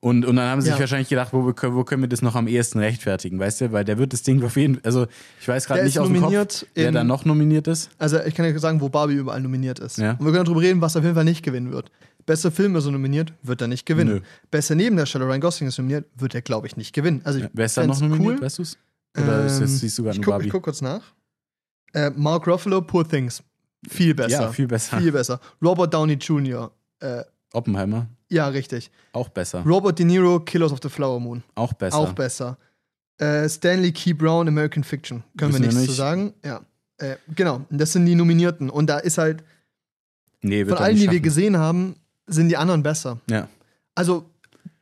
Speaker 2: Und, und dann haben sie
Speaker 1: Ja.
Speaker 2: sich wahrscheinlich gedacht, wo, wir- wo können wir das noch am ehesten rechtfertigen, weißt du? Weil der wird das Ding auf jeden also ich weiß gerade
Speaker 1: Der
Speaker 2: nicht
Speaker 1: ist
Speaker 2: aus dem Kopf,
Speaker 1: nominiert
Speaker 2: wer
Speaker 1: in-
Speaker 2: da noch nominiert ist.
Speaker 1: Also ich kann ja sagen, wo Barbie überall nominiert ist.
Speaker 2: Ja.
Speaker 1: Und wir können darüber reden, was er auf jeden Fall nicht gewinnen wird. Bester Film ist er nominiert, wird er nicht gewinnen.
Speaker 2: Nö.
Speaker 1: Bester Nebendarsteller Ryan Gosling ist nominiert, wird er, glaube ich, nicht gewinnen. Also ich
Speaker 2: Wer ist da noch
Speaker 1: fänd's
Speaker 2: nominiert,
Speaker 1: Cool.
Speaker 2: weißt du es? Oder ist
Speaker 1: Ähm,
Speaker 2: das, siehst du gerade
Speaker 1: Ich
Speaker 2: nur
Speaker 1: gucke
Speaker 2: Barbie?
Speaker 1: guck kurz nach. Äh, Mark Ruffalo, Poor Things. Viel besser.
Speaker 2: ja, viel besser.
Speaker 1: Viel besser. Robert Downey Jr. Äh,
Speaker 2: Oppenheimer,
Speaker 1: ja, richtig.
Speaker 2: auch besser.
Speaker 1: Robert De Niro, Killers of the Flower Moon.
Speaker 2: Auch besser.
Speaker 1: Auch besser. Äh, Stanley Key Brown, American Fiction. Können
Speaker 2: Wissen
Speaker 1: wir
Speaker 2: wir
Speaker 1: nichts
Speaker 2: nicht.
Speaker 1: zu sagen. Ja. Äh, genau, das sind die Nominierten. Und da ist halt,
Speaker 2: Nee, wird
Speaker 1: von
Speaker 2: er
Speaker 1: allen,
Speaker 2: nicht
Speaker 1: die wir
Speaker 2: schaffen.
Speaker 1: gesehen haben, sind die anderen besser.
Speaker 2: Ja.
Speaker 1: Also,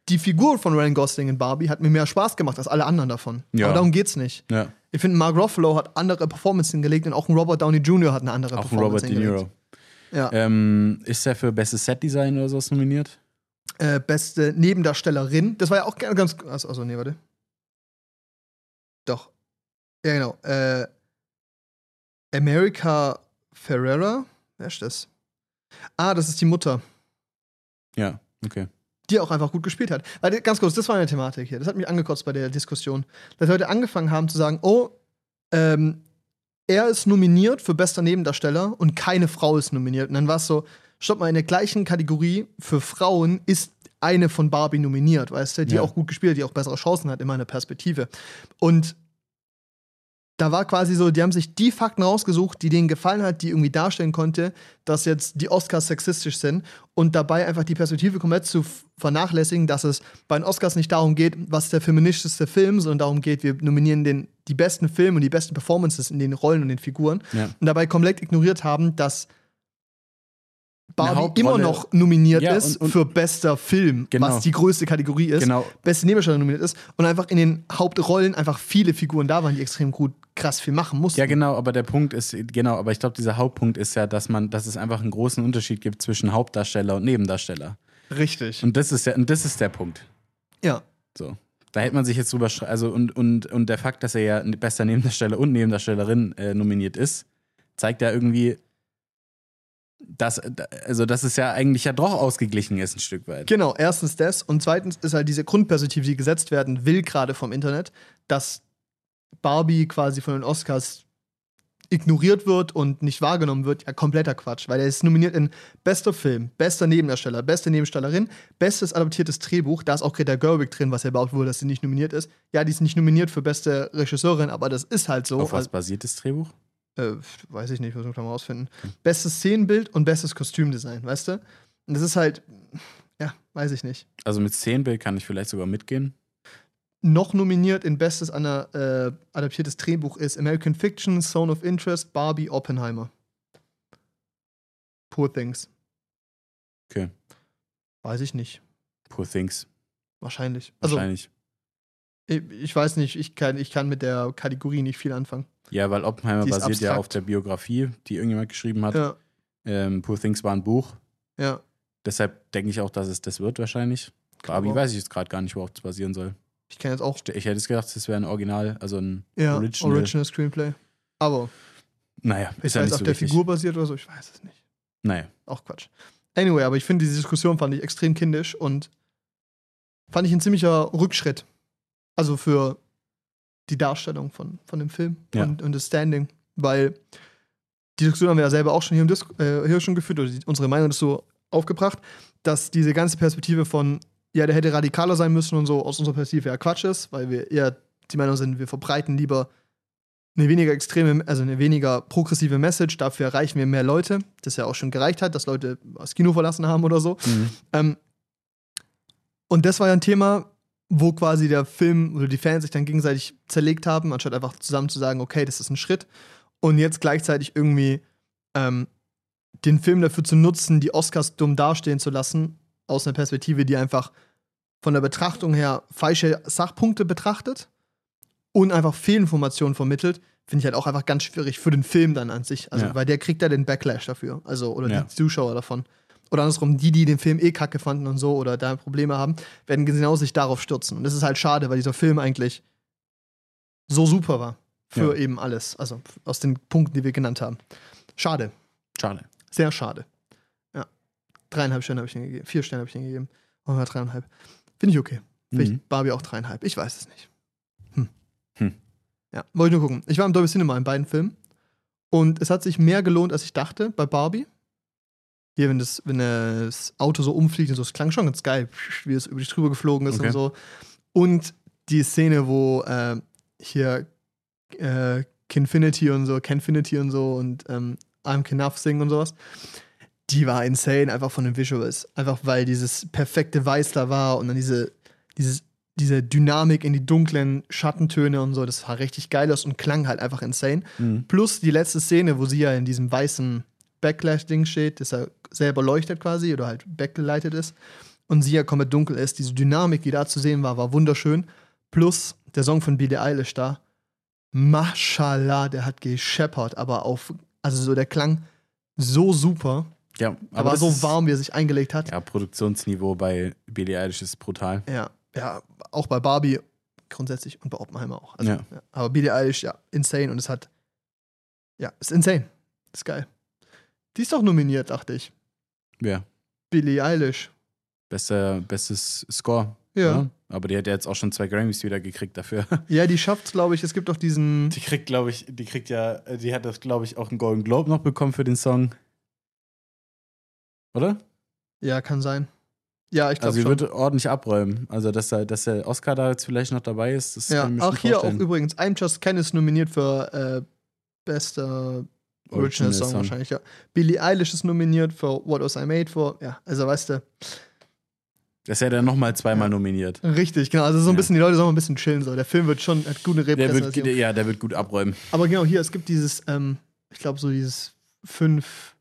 Speaker 1: die Figur von Ryan Gosling in Barbie hat mir mehr Spaß gemacht als alle anderen davon.
Speaker 2: Ja.
Speaker 1: Aber darum geht's nicht.
Speaker 2: ja.
Speaker 1: Ich finde, Mark Ruffalo hat andere Performances hingelegt und auch ein Robert Downey Jr. hat eine andere
Speaker 2: Auch ein
Speaker 1: Performance
Speaker 2: Robert De Niro.
Speaker 1: hingelegt. Ja.
Speaker 2: Ähm, ist er für bestes Set-Design oder sowas nominiert?
Speaker 1: Äh, beste Nebendarstellerin. Das war ja auch ge- ganz. Also, also nee, warte. Doch. Ja, genau. Äh, America Ferrera? Wer ist das? Ah, das ist die Mutter.
Speaker 2: Ja, okay.
Speaker 1: die auch einfach gut gespielt hat. Weil, ganz kurz, das war eine Thematik hier. Das hat mich angekotzt bei der Diskussion. Dass Leute angefangen haben zu sagen, oh, ähm, er ist nominiert für bester Nebendarsteller und keine Frau ist nominiert. Und dann war es so, stopp mal, in der gleichen Kategorie für Frauen ist eine von Barbie nominiert, weißt du, die
Speaker 2: Ja.
Speaker 1: auch gut gespielt hat, die auch bessere Chancen hat, in meiner Perspektive. Und da war quasi so, die haben sich die Fakten rausgesucht, die denen gefallen hat, die irgendwie darstellen konnte, dass jetzt die Oscars sexistisch sind und dabei einfach die Perspektive komplett zu f- vernachlässigen, dass es bei den Oscars nicht darum geht, was ist der feministischste Film, sondern darum geht, wir nominieren den, die besten Filme und die besten Performances in den Rollen und den Figuren
Speaker 2: Ja.
Speaker 1: und dabei komplett ignoriert haben, dass Barbie
Speaker 2: Hauptrolle-
Speaker 1: immer noch nominiert
Speaker 2: Ja,
Speaker 1: ist
Speaker 2: und- und-
Speaker 1: für bester Film,
Speaker 2: Genau.
Speaker 1: was die größte Kategorie ist,
Speaker 2: Genau.
Speaker 1: beste Nebendarsteller nominiert ist und einfach in den Hauptrollen einfach viele Figuren da waren, die extrem gut krass viel machen mussten.
Speaker 2: Ja, genau, aber der Punkt ist, genau, aber ich glaube, dieser Hauptpunkt ist ja, dass man, dass es einfach einen großen Unterschied gibt zwischen Hauptdarsteller und Nebendarsteller.
Speaker 1: Richtig.
Speaker 2: Und das ist der, und das ist der Punkt.
Speaker 1: Ja.
Speaker 2: So. Da hätte man sich jetzt drüber schre- also und, und, und der Fakt, dass er ja ne, bester Nebendarsteller und Nebendarstellerin äh, nominiert ist, zeigt ja irgendwie, dass, also, dass es ja eigentlich ja doch ausgeglichen ist, ein Stück weit.
Speaker 1: Genau, erstens das und zweitens ist halt diese Grundperspektive, die gesetzt werden will, gerade vom Internet, dass Barbie quasi von den Oscars ignoriert wird und nicht wahrgenommen wird, ja, kompletter Quatsch, weil er ist nominiert in bester Film, bester Nebendarsteller, beste Nebendarstellerin, bestes adaptiertes Drehbuch, da ist auch Greta Gerwig drin, was ja behauptet wurde, dass sie nicht nominiert ist. Ja, die ist nicht nominiert für beste Regisseurin, aber das ist halt so.
Speaker 2: Auf was basiert das Drehbuch?
Speaker 1: äh, weiß ich nicht, müssen wir gleich mal rausfinden. Bestes Szenenbild und bestes Kostümdesign, weißt du? Und das ist halt, ja, weiß ich nicht.
Speaker 2: Also mit Szenenbild kann ich vielleicht sogar mitgehen.
Speaker 1: Noch nominiert in bestes an äh, adaptiertes Drehbuch ist American Fiction, Zone of Interest, Barbie, Oppenheimer. Poor Things.
Speaker 2: Okay.
Speaker 1: Weiß ich nicht.
Speaker 2: Poor Things.
Speaker 1: Wahrscheinlich. Also,
Speaker 2: Wahrscheinlich.
Speaker 1: ich, ich weiß nicht, ich kann, ich kann mit der Kategorie nicht viel anfangen.
Speaker 2: ja, weil Oppenheimer
Speaker 1: Die ist
Speaker 2: basiert ja
Speaker 1: abstrakt.
Speaker 2: auf der Biografie, die irgendjemand geschrieben hat.
Speaker 1: Ja,
Speaker 2: Ähm, Poor Things war ein Buch.
Speaker 1: ja.
Speaker 2: Deshalb denke ich auch, dass es das wird wahrscheinlich. Barbie
Speaker 1: auch.
Speaker 2: weiß ich jetzt gerade gar nicht, worauf es basieren soll.
Speaker 1: Ich kann jetzt auch
Speaker 2: Ich hätte jetzt gedacht, es wäre ein Original, also ein,
Speaker 1: ja,
Speaker 2: Original.
Speaker 1: Original. Screenplay. Aber
Speaker 2: naja, ist
Speaker 1: ist
Speaker 2: ja
Speaker 1: weiß
Speaker 2: nicht
Speaker 1: auf
Speaker 2: so
Speaker 1: der
Speaker 2: wichtig.
Speaker 1: Figur basiert oder so, ich weiß es nicht.
Speaker 2: Naja,
Speaker 1: auch Quatsch. Anyway, aber ich finde, diese Diskussion fand ich extrem kindisch und fand ich ein ziemlicher Rückschritt. Also für die Darstellung von, von dem Film
Speaker 2: Ja.
Speaker 1: und, und das Standing. Weil die Diskussion haben wir ja selber auch schon hier, im Dis äh, hier schon geführt, oder die, unsere Meinung ist so aufgebracht, dass diese ganze Perspektive von, ja, der hätte radikaler sein müssen und so aus unserer Perspektive ja Quatsch ist, weil wir eher die Meinung sind, wir verbreiten lieber eine weniger extreme, also eine weniger progressive Message, dafür erreichen wir mehr Leute, das ja auch schon gereicht hat, dass
Speaker 2: Mhm.
Speaker 1: Leute das Kino verlassen haben oder so. Ähm, und das war ja ein Thema, wo quasi der Film oder die Fans sich dann gegenseitig zerlegt haben, anstatt einfach zusammen zu sagen, okay, das ist ein Schritt. Und jetzt gleichzeitig irgendwie ähm, den Film dafür zu nutzen, die Oscars dumm dastehen zu lassen, aus einer Perspektive, die einfach von der Betrachtung her falsche Sachpunkte betrachtet und einfach Fehlinformationen vermittelt, finde ich halt auch einfach ganz schwierig für den Film dann an sich. Also,
Speaker 2: Ja.
Speaker 1: weil der kriegt ja den Backlash dafür. Also, oder
Speaker 2: Ja.
Speaker 1: die Zuschauer davon. Oder andersrum, die, die den Film eh kacke fanden und so oder da Probleme haben, werden genau sich darauf stürzen. Und das ist halt schade, weil dieser Film eigentlich so super war. Für eben alles. Also f- aus den Punkten, die wir genannt haben. Schade.
Speaker 2: Schade.
Speaker 1: Sehr schade. Ja. Dreieinhalb Sterne habe ich ihm gegeben. Vier Sterne habe ich ihm gegeben. Oder dreieinhalb. Finde ich okay. Vielleicht
Speaker 2: Mhm.
Speaker 1: Barbie auch dreieinhalb. Ich weiß es nicht. Hm.
Speaker 2: Hm.
Speaker 1: Ja, wollte ich nur gucken. Ich war im Dolby Cinema in beiden Filmen. Und es hat sich mehr gelohnt, als ich dachte, bei Barbie. Hier, wenn das, wenn das Auto so umfliegt und so, es klang schon ganz geil, wie es über dich drüber geflogen ist
Speaker 2: Okay.
Speaker 1: und so. Und die Szene, wo äh, hier äh, Kinfinity und so, Kenfinity und so und ähm, I'm Knuff singen und sowas. Die war insane, einfach von den Visuals. Einfach weil dieses perfekte Weiß da war und dann diese, dieses, diese Dynamik in die dunklen Schattentöne und so, das sah richtig geil aus und klang halt einfach insane.
Speaker 2: Mhm.
Speaker 1: Plus die letzte Szene, wo sie ja in diesem weißen Backlash-Ding steht, das ja selber leuchtet quasi oder halt backgeleitet ist und sie ja komplett dunkel ist. Diese Dynamik, die da zu sehen war, war wunderschön. Plus der Song von Billie Eilish da. Mashallah, der hat gescheppert, aber auf, also so der Klang so super,
Speaker 2: Ja,
Speaker 1: aber,
Speaker 2: das
Speaker 1: so
Speaker 2: ist-
Speaker 1: warm, wie er sich eingelegt hat.
Speaker 2: Ja, Produktionsniveau bei Billie Eilish ist brutal.
Speaker 1: Ja, ja, auch bei Barbie grundsätzlich und bei Oppenheimer auch. Also,
Speaker 2: Ja.
Speaker 1: ja. Aber Billie Eilish, ja, insane und es hat, ja, ist insane. Ist geil. Die ist doch nominiert, dachte ich.
Speaker 2: Ja.
Speaker 1: Billie Eilish.
Speaker 2: Bester, bestes Score.
Speaker 1: Ja.
Speaker 2: ne? Aber die hat ja jetzt auch schon zwei Grammys wieder gekriegt dafür.
Speaker 1: Ja, die schafft's, glaube ich. Es gibt doch diesen,
Speaker 2: Die kriegt, glaube ich, die kriegt ja, die hat das, glaube ich, auch einen Golden Globe noch bekommen für den Song. Oder?
Speaker 1: ja, kann sein. Ja, ich glaube
Speaker 2: Also sie
Speaker 1: schon.
Speaker 2: wird ordentlich abräumen. Also dass, da, dass der Oscar da jetzt vielleicht noch dabei ist, das
Speaker 1: Ja,
Speaker 2: kann ich mir
Speaker 1: auch
Speaker 2: schon
Speaker 1: hier auch
Speaker 2: vorstellen.
Speaker 1: übrigens, I'm Just Ken ist nominiert für äh, bester Original, Song, wahrscheinlich, ja. Billie Eilish ist nominiert für What Was I Made For. Ja, also weißt du,
Speaker 2: Das hätte er nochmal zweimal
Speaker 1: Ja.
Speaker 2: nominiert.
Speaker 1: richtig, genau. Also so ein
Speaker 2: Ja.
Speaker 1: bisschen, die Leute sollen mal ein bisschen chillen. So. Der Film wird schon, hat gute
Speaker 2: Der
Speaker 1: Repräsentation.
Speaker 2: wird, ja, der wird gut abräumen.
Speaker 1: Aber genau hier, es gibt dieses, ähm, ich glaube, so dieses fünf,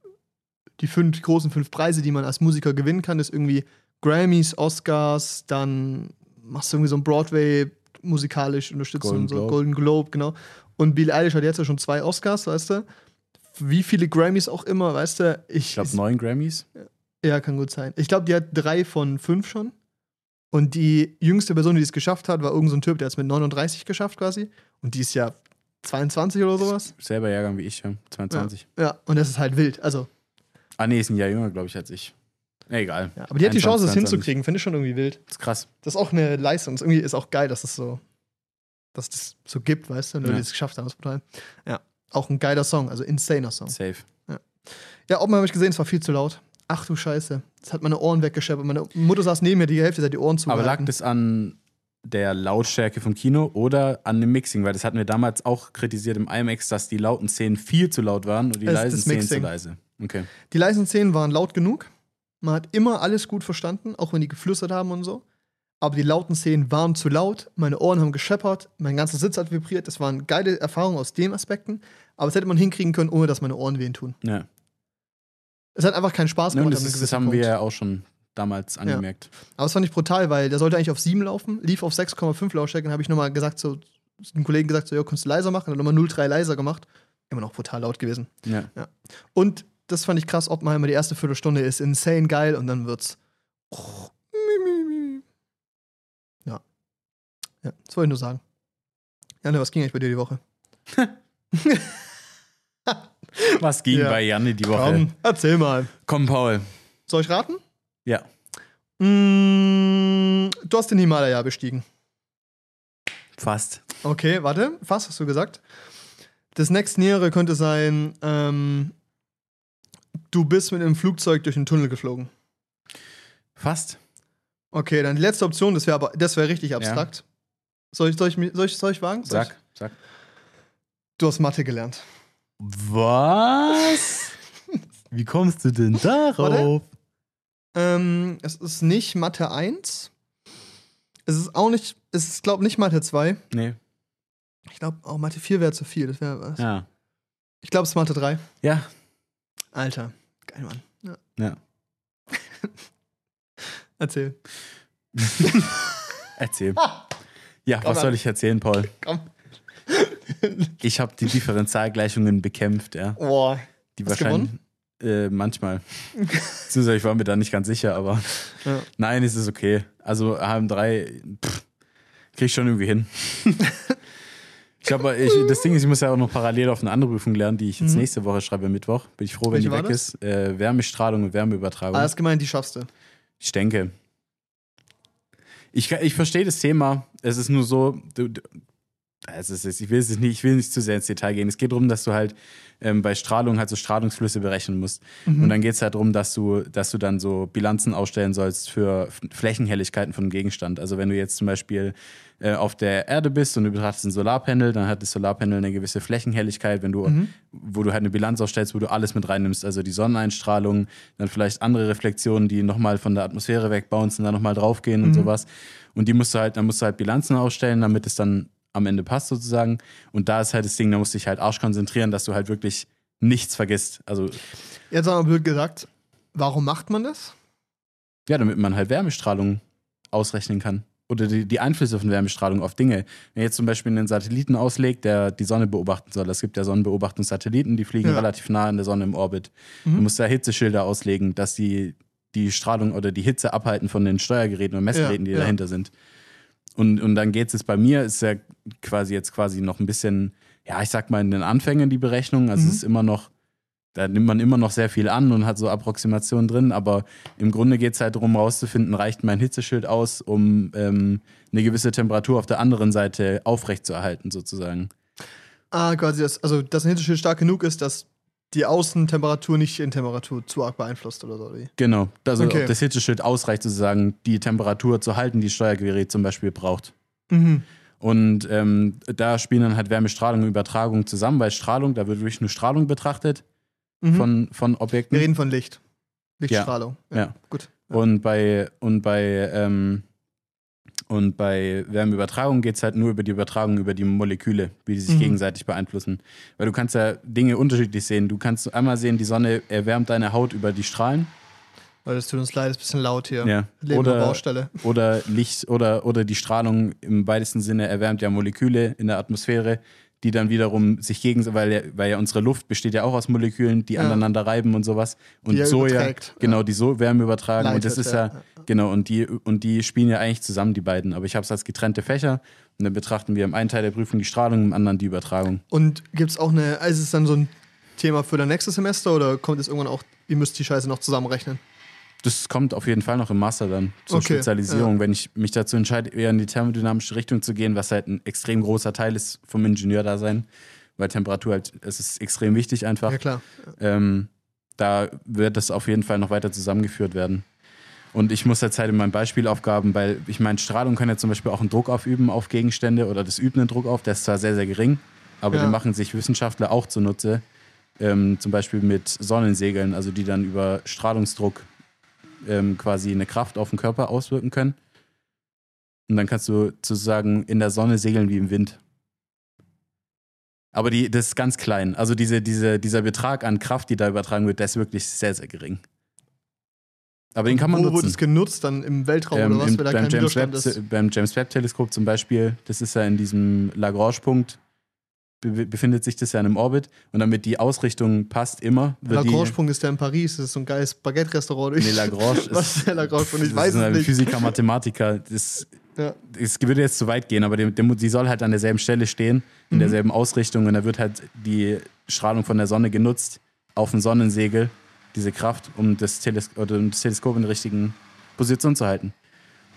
Speaker 1: die fünf die großen fünf Preise, die man als Musiker gewinnen kann, ist irgendwie Grammys, Oscars, dann machst du irgendwie so ein Broadway musikalisch unterstützen
Speaker 2: Golden
Speaker 1: und so
Speaker 2: Globe.
Speaker 1: Golden Globe, genau. Und Billie Eilish hat jetzt ja schon zwei Oscars, weißt du? Wie viele Grammys auch immer, weißt du? Ich,
Speaker 2: Ich glaube, neun Grammys.
Speaker 1: ja, kann gut sein. Ich glaube, die hat drei von fünf schon. Und die jüngste Person, die es geschafft hat, war irgendein so ein Typ, der hat es mit 39 geschafft quasi. Und die ist ja 22 oder sowas.
Speaker 2: Selber Jahrgang wie ich, ja. 22.
Speaker 1: Ja, und das ist halt wild. Also,
Speaker 2: Ah, nee, ist ein Jahr jünger, glaube ich, als ich. Egal.
Speaker 1: ja, aber die hat die
Speaker 2: 21,
Speaker 1: Chance, das
Speaker 2: 22.
Speaker 1: hinzukriegen, finde ich schon irgendwie wild.
Speaker 2: Das ist krass.
Speaker 1: Das ist auch eine Leistung. Das irgendwie ist auch geil, dass das so, dass das so gibt, weißt du, wenn
Speaker 2: Ja.
Speaker 1: die es geschafft haben, das total. Ja. Auch ein geiler Song, also insaner Song.
Speaker 2: Safe.
Speaker 1: Ja, Oppenheimer habe ich gesehen, es war viel zu laut. Ach du Scheiße. Es hat meine Ohren weggescheppert. Meine Mutter saß neben mir, die Hälfte hat die Ohren zu.
Speaker 2: Aber lag das an der Lautstärke vom Kino oder an dem Mixing? Weil das hatten wir damals auch kritisiert im IMAX, dass die lauten Szenen viel zu laut waren und die
Speaker 1: Es ist
Speaker 2: leisen
Speaker 1: das
Speaker 2: Szenen zu
Speaker 1: Mixing.
Speaker 2: leise. Okay.
Speaker 1: Die leisen Szenen waren laut genug. Man hat immer alles gut verstanden, auch wenn die geflüstert haben und so. Aber die lauten Szenen waren zu laut. Meine Ohren haben gescheppert. Mein ganzer Sitz hat vibriert. Das waren geile Erfahrungen aus den Aspekten. Aber das hätte man hinkriegen können, ohne dass meine Ohren wehtun.
Speaker 2: Ja.
Speaker 1: Es hat einfach keinen Spaß
Speaker 2: Und
Speaker 1: gemacht.
Speaker 2: das,
Speaker 1: an einem
Speaker 2: ist, das
Speaker 1: gewissen
Speaker 2: haben wir
Speaker 1: Punkt.
Speaker 2: ja auch schon damals angemerkt.
Speaker 1: Aber es fand ich brutal, weil der sollte eigentlich auf 7 laufen, lief auf 6,5 Lautstärke. Dann habe ich nochmal gesagt, so, einem Kollegen gesagt, so, ja, kannst du leiser machen? Dann nochmal 0,3 leiser gemacht. Immer noch brutal laut gewesen.
Speaker 2: Ja.
Speaker 1: Und das fand ich krass, Oppenheimer, die erste Viertelstunde ist insane geil und dann wird's. Ja. Ja, das wollte ich nur sagen. Janne, was ging eigentlich bei dir die Woche?
Speaker 2: Was ging
Speaker 1: Ja.
Speaker 2: bei Janne die Woche?
Speaker 1: erzähl mal.
Speaker 2: Komm, Paul.
Speaker 1: Soll ich raten?
Speaker 2: Ja.
Speaker 1: Mm, du hast den Himalaya bestiegen.
Speaker 2: Fast.
Speaker 1: Okay, warte. Fast hast du gesagt. Das nächstnähere könnte sein, ähm, du bist mit einem Flugzeug durch einen Tunnel geflogen.
Speaker 2: Fast.
Speaker 1: Okay, dann die letzte Option, das wäre aber, das wäre richtig abstrakt. Soll, ich, soll, ich, mi- soll, ich, soll ich wagen? Soll
Speaker 2: Sag.
Speaker 1: Ich?
Speaker 2: Sag.
Speaker 1: Du hast Mathe gelernt.
Speaker 2: Was? Wie kommst du denn darauf?
Speaker 1: Ähm, es ist nicht Mathe 1, Es ist auch nicht, es ist, glaube nicht Mathe 2.
Speaker 2: Nee.
Speaker 1: Ich glaube, auch Mathe 4 wäre zu viel. Das wär, was.
Speaker 2: Ja.
Speaker 1: Ich glaube, es ist Mathe 3.
Speaker 2: Ja.
Speaker 1: Alter, geil, Mann. Ja.
Speaker 2: Ja.
Speaker 1: Erzähl.
Speaker 2: Erzähl. Ja,
Speaker 1: Komm
Speaker 2: was
Speaker 1: an.
Speaker 2: soll ich erzählen, Paul?
Speaker 1: Komm.
Speaker 2: Ich habe die Differentialgleichungen bekämpft, ja.
Speaker 1: Boah.
Speaker 2: Die
Speaker 1: Hast du
Speaker 2: wahrscheinlich. Äh, manchmal. Beziehungsweise ich war mir da nicht ganz sicher, aber
Speaker 1: Ja.
Speaker 2: nein, es ist okay. Also HM3 pff, krieg ich schon irgendwie hin. ich glaube, ich, das Ding ist, ich muss ja auch noch parallel auf eine andere Prüfung lernen, die ich jetzt
Speaker 1: Mhm.
Speaker 2: nächste Woche schreibe, Mittwoch. Bin ich froh, wenn
Speaker 1: Welche
Speaker 2: die
Speaker 1: war
Speaker 2: weg ist. Äh, Wärmestrahlung und Wärmeübertragung.
Speaker 1: Alles gemeint, Ah, die schaffst du.
Speaker 2: Ich denke. Ich, kann- ich verstehe das Thema. Es ist nur so, du, du, es ist, ich, will es nicht, ich will nicht zu sehr ins Detail gehen. Es geht darum, dass du halt ähm, bei Strahlung halt so Strahlungsflüsse berechnen musst. Und dann geht es halt darum, dass du, dass du dann so Bilanzen aufstellen sollst für F- Flächenhelligkeiten von einem Gegenstand. Also wenn du jetzt zum Beispiel äh, auf der Erde bist und du betrachtest ein Solarpanel, dann hat das Solarpanel eine gewisse Flächenhelligkeit, wenn du, wo du halt eine Bilanz aufstellst, wo du alles mit reinnimmst. Also die Sonneneinstrahlung, dann vielleicht andere Reflexionen, die nochmal von der Atmosphäre wegbouncen, dann nochmal draufgehen und sowas. Und die musst du halt, dann musst du halt Bilanzen aufstellen, damit es dann am Ende passt sozusagen. Und da ist halt das Ding, da musst du dich halt arsch konzentrieren, dass du halt wirklich nichts vergisst. Also
Speaker 1: Jetzt haben wir blöd gesagt, warum macht man das?
Speaker 2: Ja, damit man halt Wärmestrahlung ausrechnen kann. Oder die, die Einflüsse von Wärmestrahlung auf Dinge. Wenn jetzt zum Beispiel einen Satelliten auslegt, der die Sonne beobachten soll. Es gibt ja Sonnenbeobachtungssatelliten, die fliegen
Speaker 1: Ja.
Speaker 2: relativ nah an der Sonne im Orbit.
Speaker 1: Mhm.
Speaker 2: Du musst da Hitzeschilder auslegen, dass die die Strahlung oder die Hitze abhalten von den Steuergeräten und Messgeräten, die
Speaker 1: Ja, ja.
Speaker 2: dahinter sind. Und, und dann geht es jetzt bei mir, ist ja quasi jetzt quasi noch ein bisschen, ja, ich sag mal in den Anfängen die Berechnung. Also
Speaker 1: Mhm.
Speaker 2: es ist immer noch, da nimmt man immer noch sehr viel an und hat so Approximationen drin, aber im Grunde geht es halt darum, rauszufinden, reicht mein Hitzeschild aus, um ähm, eine gewisse Temperatur auf der anderen Seite aufrechtzuerhalten, sozusagen.
Speaker 1: Ah, quasi, das, also, dass ein Hitzeschild stark genug ist, dass die Außentemperatur nicht die Innentemperatur zu arg beeinflusst oder so. wie?
Speaker 2: Genau. Also
Speaker 1: Okay.
Speaker 2: ob das Hitzeschild ausreicht, sozusagen die Temperatur zu halten, die das Steuergerät zum Beispiel braucht.
Speaker 1: Mhm.
Speaker 2: Und ähm, da spielen dann halt Wärmestrahlung und Übertragung zusammen, weil Strahlung, da wird wirklich nur Strahlung betrachtet
Speaker 1: Mhm.
Speaker 2: von, von Objekten.
Speaker 1: Wir reden von Licht. Lichtstrahlung.
Speaker 2: Ja.
Speaker 1: Gut.
Speaker 2: Und bei und bei ähm, und bei Wärmeübertragung geht es halt nur über die Übertragung über die Moleküle, wie die sich
Speaker 1: Mhm.
Speaker 2: gegenseitig beeinflussen. Weil du kannst ja Dinge unterschiedlich sehen. Du kannst einmal sehen, die Sonne erwärmt deine Haut über die Strahlen.
Speaker 1: Leute, es tut uns leid, es ist ein bisschen laut hier.
Speaker 2: Ja.
Speaker 1: Leben
Speaker 2: Oder-
Speaker 1: auf Baustelle.
Speaker 2: Oder Licht oder, oder die Strahlung im weitesten Sinne erwärmt ja Moleküle in der Atmosphäre, die dann wiederum sich gegenseitig, weil, ja- weil ja unsere Luft besteht ja auch aus Molekülen, die
Speaker 1: Ja.
Speaker 2: aneinander reiben und sowas. Und
Speaker 1: Die ja
Speaker 2: so
Speaker 1: überträgt.
Speaker 2: ja, genau, die so Wärme übertragen. und das
Speaker 1: Leitet,
Speaker 2: ist
Speaker 1: ja.
Speaker 2: ja, genau, und die, und die spielen ja eigentlich zusammen, die beiden. Aber ich habe es als getrennte Fächer und dann betrachten wir im einen Teil der Prüfung die Strahlung, im anderen die Übertragung.
Speaker 1: Und gibt es auch eine, ist es dann so ein Thema für das nächste Semester oder kommt es irgendwann auch, ihr müsst die Scheiße noch zusammenrechnen?
Speaker 2: Das kommt auf jeden Fall noch im Master dann zur
Speaker 1: Okay,
Speaker 2: Spezialisierung, wenn ich mich dazu entscheide, eher in die thermodynamische Richtung zu gehen, was halt ein extrem großer Teil ist vom Ingenieurdasein, weil Temperatur halt, es ist extrem wichtig einfach.
Speaker 1: Ja, klar.
Speaker 2: Ähm, da wird das auf jeden Fall noch weiter zusammengeführt werden. Und ich muss jetzt halt in meinen Beispielaufgaben, weil ich meine, Strahlung kann ja zum Beispiel auch einen Druck aufüben auf Gegenstände oder das übt einen Druck auf, der ist zwar sehr, sehr gering, aber
Speaker 1: Ja.
Speaker 2: den machen sich Wissenschaftler auch zunutze. Ähm, zum Beispiel mit Sonnensegeln, also die dann über Strahlungsdruck ähm, quasi eine Kraft auf den Körper auswirken können. Und dann kannst du sozusagen in der Sonne segeln wie im Wind. Aber die, das ist ganz klein. Also diese, diese, dieser Betrag an Kraft, die da übertragen wird, der ist wirklich sehr, sehr gering. Aber den kann man
Speaker 1: Wo wird es
Speaker 2: nutzen.
Speaker 1: genutzt? Dann im Weltraum
Speaker 2: Ähm,
Speaker 1: oder was,
Speaker 2: im-
Speaker 1: wenn da
Speaker 2: beim,
Speaker 1: kein
Speaker 2: James
Speaker 1: Widerstand
Speaker 2: Webb,
Speaker 1: ist?
Speaker 2: beim James Webb Teleskop zum Beispiel, das ist ja in diesem Lagrange-Punkt, be befindet sich das ja in einem Orbit. Und damit die Ausrichtung passt immer, wird die,
Speaker 1: Lagrange-Punkt ist der in Paris, das ist so ein geiles Baguette-Restaurant.
Speaker 2: Nee, Lagrange ist.
Speaker 1: Was ist der Lagrange-Punkt? Ich
Speaker 2: das
Speaker 1: weiß
Speaker 2: ist
Speaker 1: es
Speaker 2: ein
Speaker 1: nicht.
Speaker 2: Physiker, Mathematiker. Das,
Speaker 1: Ja.
Speaker 2: es würde jetzt zu weit gehen, aber der, der, mu- die soll halt an derselben Stelle stehen, in
Speaker 1: Mhm.
Speaker 2: derselben Ausrichtung und da wird halt die Strahlung von der Sonne genutzt auf ein Sonnensegel, diese Kraft, um das, Teles oder um das Teleskop in der richtigen Position zu halten.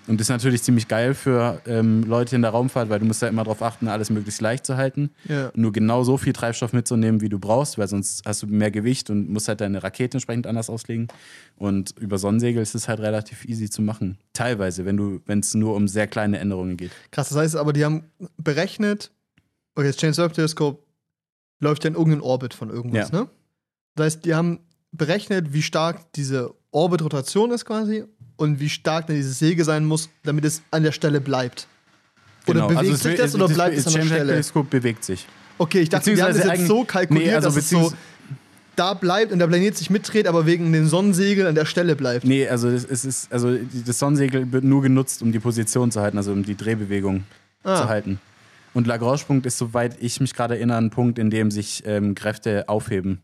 Speaker 2: Und das ist natürlich ziemlich geil für ähm, Leute in der Raumfahrt, weil du musst ja immer darauf achten, alles möglichst leicht zu halten
Speaker 1: Ja.
Speaker 2: nur genau so viel Treibstoff mitzunehmen, wie du brauchst, weil sonst hast du mehr Gewicht und musst halt deine Rakete entsprechend anders auslegen. Und über Sonnensegel ist es halt relativ easy zu machen. Teilweise, wenn du, wenn es nur um sehr kleine Änderungen geht.
Speaker 1: Krass, das heißt aber, die haben berechnet, okay, das James Webb Teleskop läuft ja in irgendeinem Orbit von irgendwas, ne? Das heißt, die haben berechnet, wie stark diese Orbitrotation ist quasi und wie stark dann dieses Säge sein muss, damit es an der Stelle bleibt. Oder bewegt
Speaker 2: Genau, also es
Speaker 1: sich
Speaker 2: will-
Speaker 1: das oder bleibt es an der
Speaker 2: James Webb
Speaker 1: Stelle?
Speaker 2: Teleskop bewegt sich.
Speaker 1: Okay, ich dachte, wir haben das
Speaker 2: Beziehungsweise
Speaker 1: jetzt so
Speaker 2: eigentlich-
Speaker 1: kalkuliert,
Speaker 2: nee, also
Speaker 1: dass es so
Speaker 2: beziehungs-
Speaker 1: da bleibt und der Planet sich mitdreht, aber wegen den Sonnensegeln an der Stelle bleibt.
Speaker 2: Nee, also es es ist, also die- das Sonnensegel wird nur genutzt, um die Position zu halten, also um die Drehbewegung
Speaker 1: Ah.
Speaker 2: zu halten. Und Lagrange-Punkt ist, soweit ich mich gerade erinnere, ein Punkt, in dem sich ähm, Kräfte aufheben.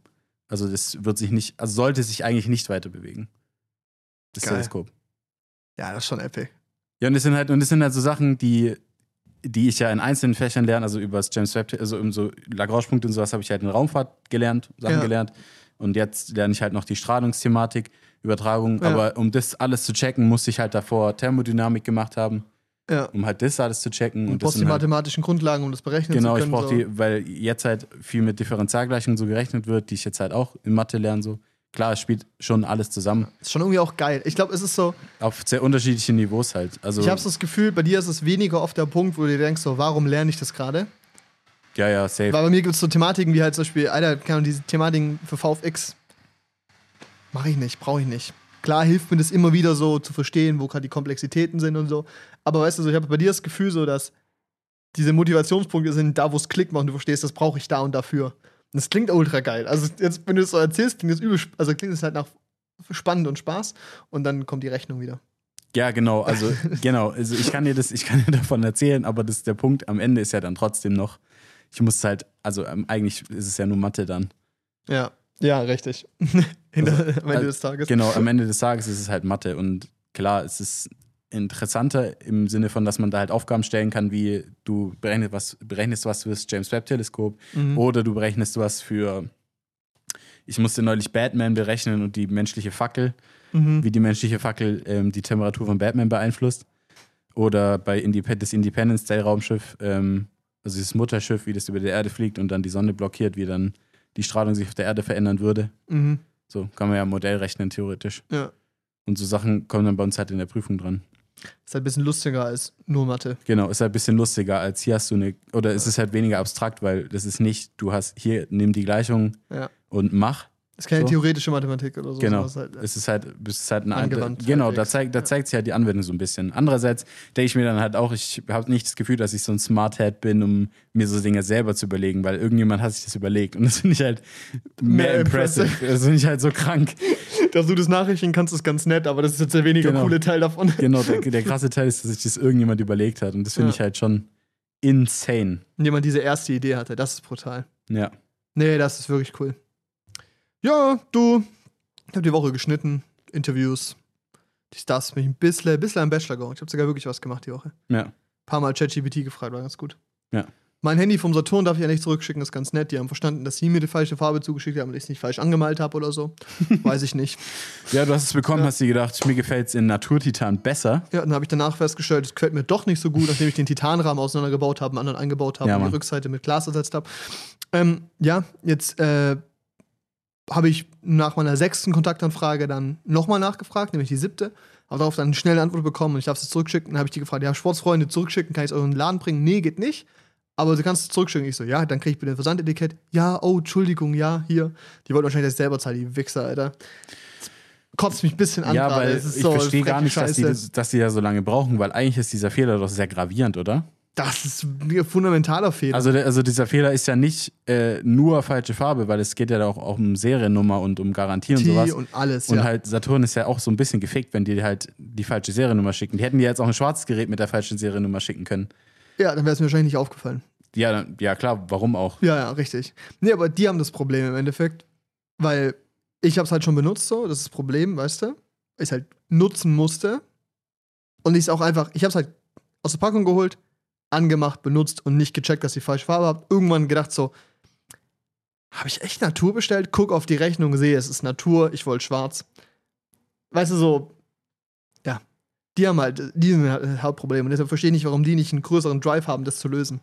Speaker 2: Also das wird sich nicht, also sollte sich eigentlich nicht weiter bewegen. Das
Speaker 1: Geil.
Speaker 2: Teleskop.
Speaker 1: Ja, das ist schon epic.
Speaker 2: Ja, und das sind halt, und das sind halt so Sachen, die, die ich ja in einzelnen Fächern lerne, also über das James Webb, also um so Lagrange-Punkte und sowas habe ich halt in Raumfahrt gelernt, Sachen
Speaker 1: Ja.
Speaker 2: gelernt. Und jetzt lerne ich halt noch die Strahlungsthematik, Übertragung.
Speaker 1: Ja.
Speaker 2: Aber um das alles zu checken, musste ich halt davor Thermodynamik gemacht haben,
Speaker 1: Ja.
Speaker 2: um halt das alles zu checken.
Speaker 1: Du
Speaker 2: Und das
Speaker 1: brauchst die
Speaker 2: sind halt,
Speaker 1: mathematischen Grundlagen, um das berechnen
Speaker 2: genau,
Speaker 1: zu
Speaker 2: ich
Speaker 1: können.
Speaker 2: brauche
Speaker 1: so.
Speaker 2: die, weil jetzt halt viel mit Differentialgleichungen so gerechnet wird, die ich jetzt halt auch in Mathe lerne. So. Klar, es spielt schon alles zusammen.
Speaker 1: Ist schon irgendwie auch geil. Ich glaube, es ist so,
Speaker 2: Auf sehr unterschiedlichen Niveaus halt. Also,
Speaker 1: ich habe so das Gefühl, bei dir ist es weniger oft der Punkt, wo du dir denkst, so, warum lerne ich das gerade?
Speaker 2: ja, ja, safe.
Speaker 1: Weil bei mir gibt es so Thematiken wie halt zum Beispiel, Alter, keine Ahnung, diese Thematiken für VFX. Mache ich nicht, brauche ich nicht. Klar hilft mir das immer wieder so zu verstehen, wo gerade die Komplexitäten sind und so. Aber weißt du, so, ich habe bei dir das Gefühl so, dass diese Motivationspunkte sind da, wo es Klick macht und du verstehst, das brauche ich da und dafür. Und das klingt ultra geil. Also jetzt, wenn du es so erzählst, klingt es übel, sp- also klingt es halt nach spannend und Spaß und dann kommt die Rechnung wieder.
Speaker 2: Ja, genau, also genau, also ich kann dir das, ich kann dir davon erzählen, aber das, der Punkt am Ende ist ja dann trotzdem noch, ich muss halt, also ähm, eigentlich ist es ja nur Mathe dann.
Speaker 1: Ja, ja, richtig. Hinter, am Ende
Speaker 2: also,
Speaker 1: des Tages.
Speaker 2: Genau, am Ende des Tages ist es halt Mathe und klar, es ist interessanter im Sinne von, dass man da halt Aufgaben stellen kann, wie du berechnest was, berechnest was fürs James Webb Teleskop
Speaker 1: Mhm.
Speaker 2: oder du berechnest was für, ich musste neulich Batman berechnen und die menschliche Fackel.
Speaker 1: Mhm.
Speaker 2: wie die menschliche Fackel ähm, die Temperatur von Batman beeinflusst. Oder bei Indep das Independence Day Raumschiff, ähm, also dieses Mutterschiff, wie das über die Erde fliegt und dann die Sonne blockiert, wie dann die Strahlung sich auf der Erde verändern würde.
Speaker 1: Mhm.
Speaker 2: So kann man ja im Modell rechnen, theoretisch.
Speaker 1: Ja.
Speaker 2: Und so Sachen kommen dann bei uns halt in der Prüfung dran.
Speaker 1: Ist halt ein bisschen lustiger als nur Mathe.
Speaker 2: Genau, ist halt ein bisschen lustiger, als hier hast du eine, oder es ist halt weniger abstrakt, weil das ist nicht, du hast hier, nimm die Gleichung
Speaker 1: Ja.
Speaker 2: und mach,
Speaker 1: Das ist keine
Speaker 2: So.
Speaker 1: theoretische Mathematik oder so.
Speaker 2: Genau.
Speaker 1: sondern es ist Halt,
Speaker 2: Es ist halt, es ist halt eine andere.
Speaker 1: Angewandt
Speaker 2: Genau,
Speaker 1: halbwegs.
Speaker 2: da, zeigt, da zeigt sich halt die Anwendung so ein bisschen. Andererseits denke ich mir dann halt auch, ich habe nicht das Gefühl, dass ich so ein Smart Head bin, um mir so Dinge selber zu überlegen, weil irgendjemand hat sich das überlegt. Und das finde ich halt mehr,
Speaker 1: Mehr
Speaker 2: impressive. Das finde ich halt so krank.
Speaker 1: dass du das nachrichten kannst, ist ganz nett, aber das ist jetzt der weniger
Speaker 2: Genau.
Speaker 1: coole Teil davon.
Speaker 2: Genau, der, der krasse Teil ist, dass sich das irgendjemand überlegt hat. Und das finde
Speaker 1: Ja.
Speaker 2: ich halt schon insane.
Speaker 1: Jemand diese erste Idee hatte, das ist brutal.
Speaker 2: Ja.
Speaker 1: Nee, das ist wirklich cool. Ja, du, ich habe die Woche geschnitten, Interviews, dies, das, mich ein bisschen, bisschen am Bachelor gehauen. Ich habe sogar wirklich was gemacht die Woche.
Speaker 2: Ja.
Speaker 1: paar Mal ChatGPT gefragt, war ganz gut.
Speaker 2: Ja.
Speaker 1: Mein Handy vom Saturn darf ich ja nicht zurückschicken, ist ganz nett. Die haben verstanden, dass sie mir die falsche Farbe zugeschickt haben und ich es nicht falsch angemalt habe oder so. Weiß ich nicht.
Speaker 2: Ja, du hast es bekommen, hast dir gedacht, mir gefällt es in Naturtitan besser.
Speaker 1: Ja, dann habe ich danach festgestellt, es gefällt mir doch nicht so gut, nachdem ich den Titanrahmen auseinandergebaut habe, einen anderen eingebaut habe
Speaker 2: Ja,
Speaker 1: und
Speaker 2: Mann.
Speaker 1: die Rückseite mit Glas ersetzt habe. Ähm, ja, jetzt äh, habe ich nach meiner sechsten Kontaktanfrage dann nochmal nachgefragt, nämlich die siebte. Habe darauf dann eine schnelle Antwort bekommen und ich darf es zurückschicken. Dann habe ich die gefragt, ja, Sportsfreunde, zurückschicken, kann ich es euren Laden bringen? Nee, geht nicht. Aber du kannst es zurückschicken. Ich so, ja, dann kriege ich bitte ein Versandetikett. Ja, oh, Entschuldigung, ja, hier. Die wollten wahrscheinlich das selber zahlen, die Wichser, Alter. Kotzt mich ein bisschen an
Speaker 2: ja,
Speaker 1: gerade.
Speaker 2: weil
Speaker 1: Es ist
Speaker 2: ich
Speaker 1: so
Speaker 2: verstehe
Speaker 1: freche
Speaker 2: gar nicht, dass die,
Speaker 1: Scheiße.
Speaker 2: das- dass die da so lange brauchen, weil eigentlich ist dieser Fehler doch sehr gravierend, oder?
Speaker 1: Das ist ein fundamentaler Fehler.
Speaker 2: Also, der, also dieser Fehler ist ja nicht äh, nur falsche Farbe, weil es geht ja da auch, auch um Seriennummer und um Garantien und
Speaker 1: Tee
Speaker 2: sowas. Und,
Speaker 1: und alles, ja.
Speaker 2: halt Saturn ist ja auch so ein bisschen gefickt, wenn die halt die falsche Seriennummer schicken. Die hätten dir jetzt auch ein schwarzes Gerät mit der falschen Seriennummer schicken können.
Speaker 1: ja, dann wäre es mir wahrscheinlich nicht aufgefallen.
Speaker 2: Ja, dann- ja klar, warum auch?
Speaker 1: Ja, ja, richtig. Nee, aber die haben das Problem im Endeffekt, weil ich habe es halt schon benutzt, so, das ist das Problem, weißt du? Ich halt nutzen musste und ich es auch einfach, ich habe es halt aus der Packung geholt, angemacht, benutzt und nicht gecheckt, dass ich falsche Farbe habe. Irgendwann gedacht so, habe ich echt Natur bestellt? Guck auf die Rechnung, sehe, es ist Natur, ich wollte schwarz. Weißt du, so, ja, die haben halt, die sind halt das Hauptproblem und deshalb verstehe ich nicht, warum die nicht einen größeren Drive haben, das zu lösen.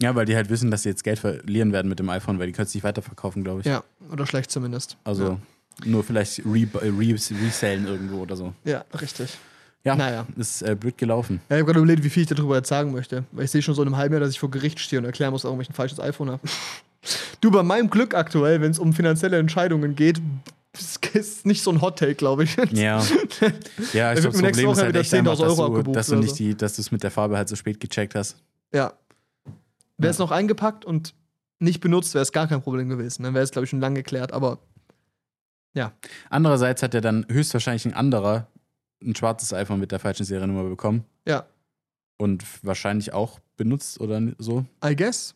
Speaker 2: Ja, weil die halt wissen, dass sie jetzt Geld verlieren werden mit dem iPhone, weil die können es nicht weiterverkaufen, glaube ich.
Speaker 1: Ja, oder schlecht zumindest.
Speaker 2: Also nur vielleicht re äh, re resellen irgendwo oder so.
Speaker 1: Ja, richtig.
Speaker 2: Ja,
Speaker 1: Naja.
Speaker 2: ist äh, blöd gelaufen.
Speaker 1: Ja, ich habe gerade überlegt, wie viel ich darüber jetzt sagen möchte. Weil ich sehe schon so in einem halben Jahr, dass ich vor Gericht stehe und erklären muss, warum ich ein falsches iPhone habe. Du, bei meinem Glück aktuell, wenn es um finanzielle Entscheidungen geht, Das ist nicht so ein Hot-Take, glaube ich.
Speaker 2: Ja. Ja,
Speaker 1: wird mir
Speaker 2: ich glaube, das
Speaker 1: nächste
Speaker 2: Problem ist
Speaker 1: Woche
Speaker 2: halt
Speaker 1: wieder
Speaker 2: echt einfach,
Speaker 1: 10.000
Speaker 2: dass
Speaker 1: Euro
Speaker 2: du,
Speaker 1: abgebucht
Speaker 2: dass du
Speaker 1: oder
Speaker 2: nicht
Speaker 1: so.
Speaker 2: die, dass du es mit der Farbe halt so spät gecheckt hast.
Speaker 1: Ja. Wäre es noch eingepackt und nicht benutzt, wäre es gar kein Problem gewesen. Dann wäre es, glaube ich, schon lange geklärt. Aber
Speaker 2: Andererseits hat ja dann höchstwahrscheinlich ein anderer ein schwarzes iPhone mit der falschen Seriennummer bekommen
Speaker 1: ja,
Speaker 2: und wahrscheinlich auch benutzt oder so,
Speaker 1: I guess.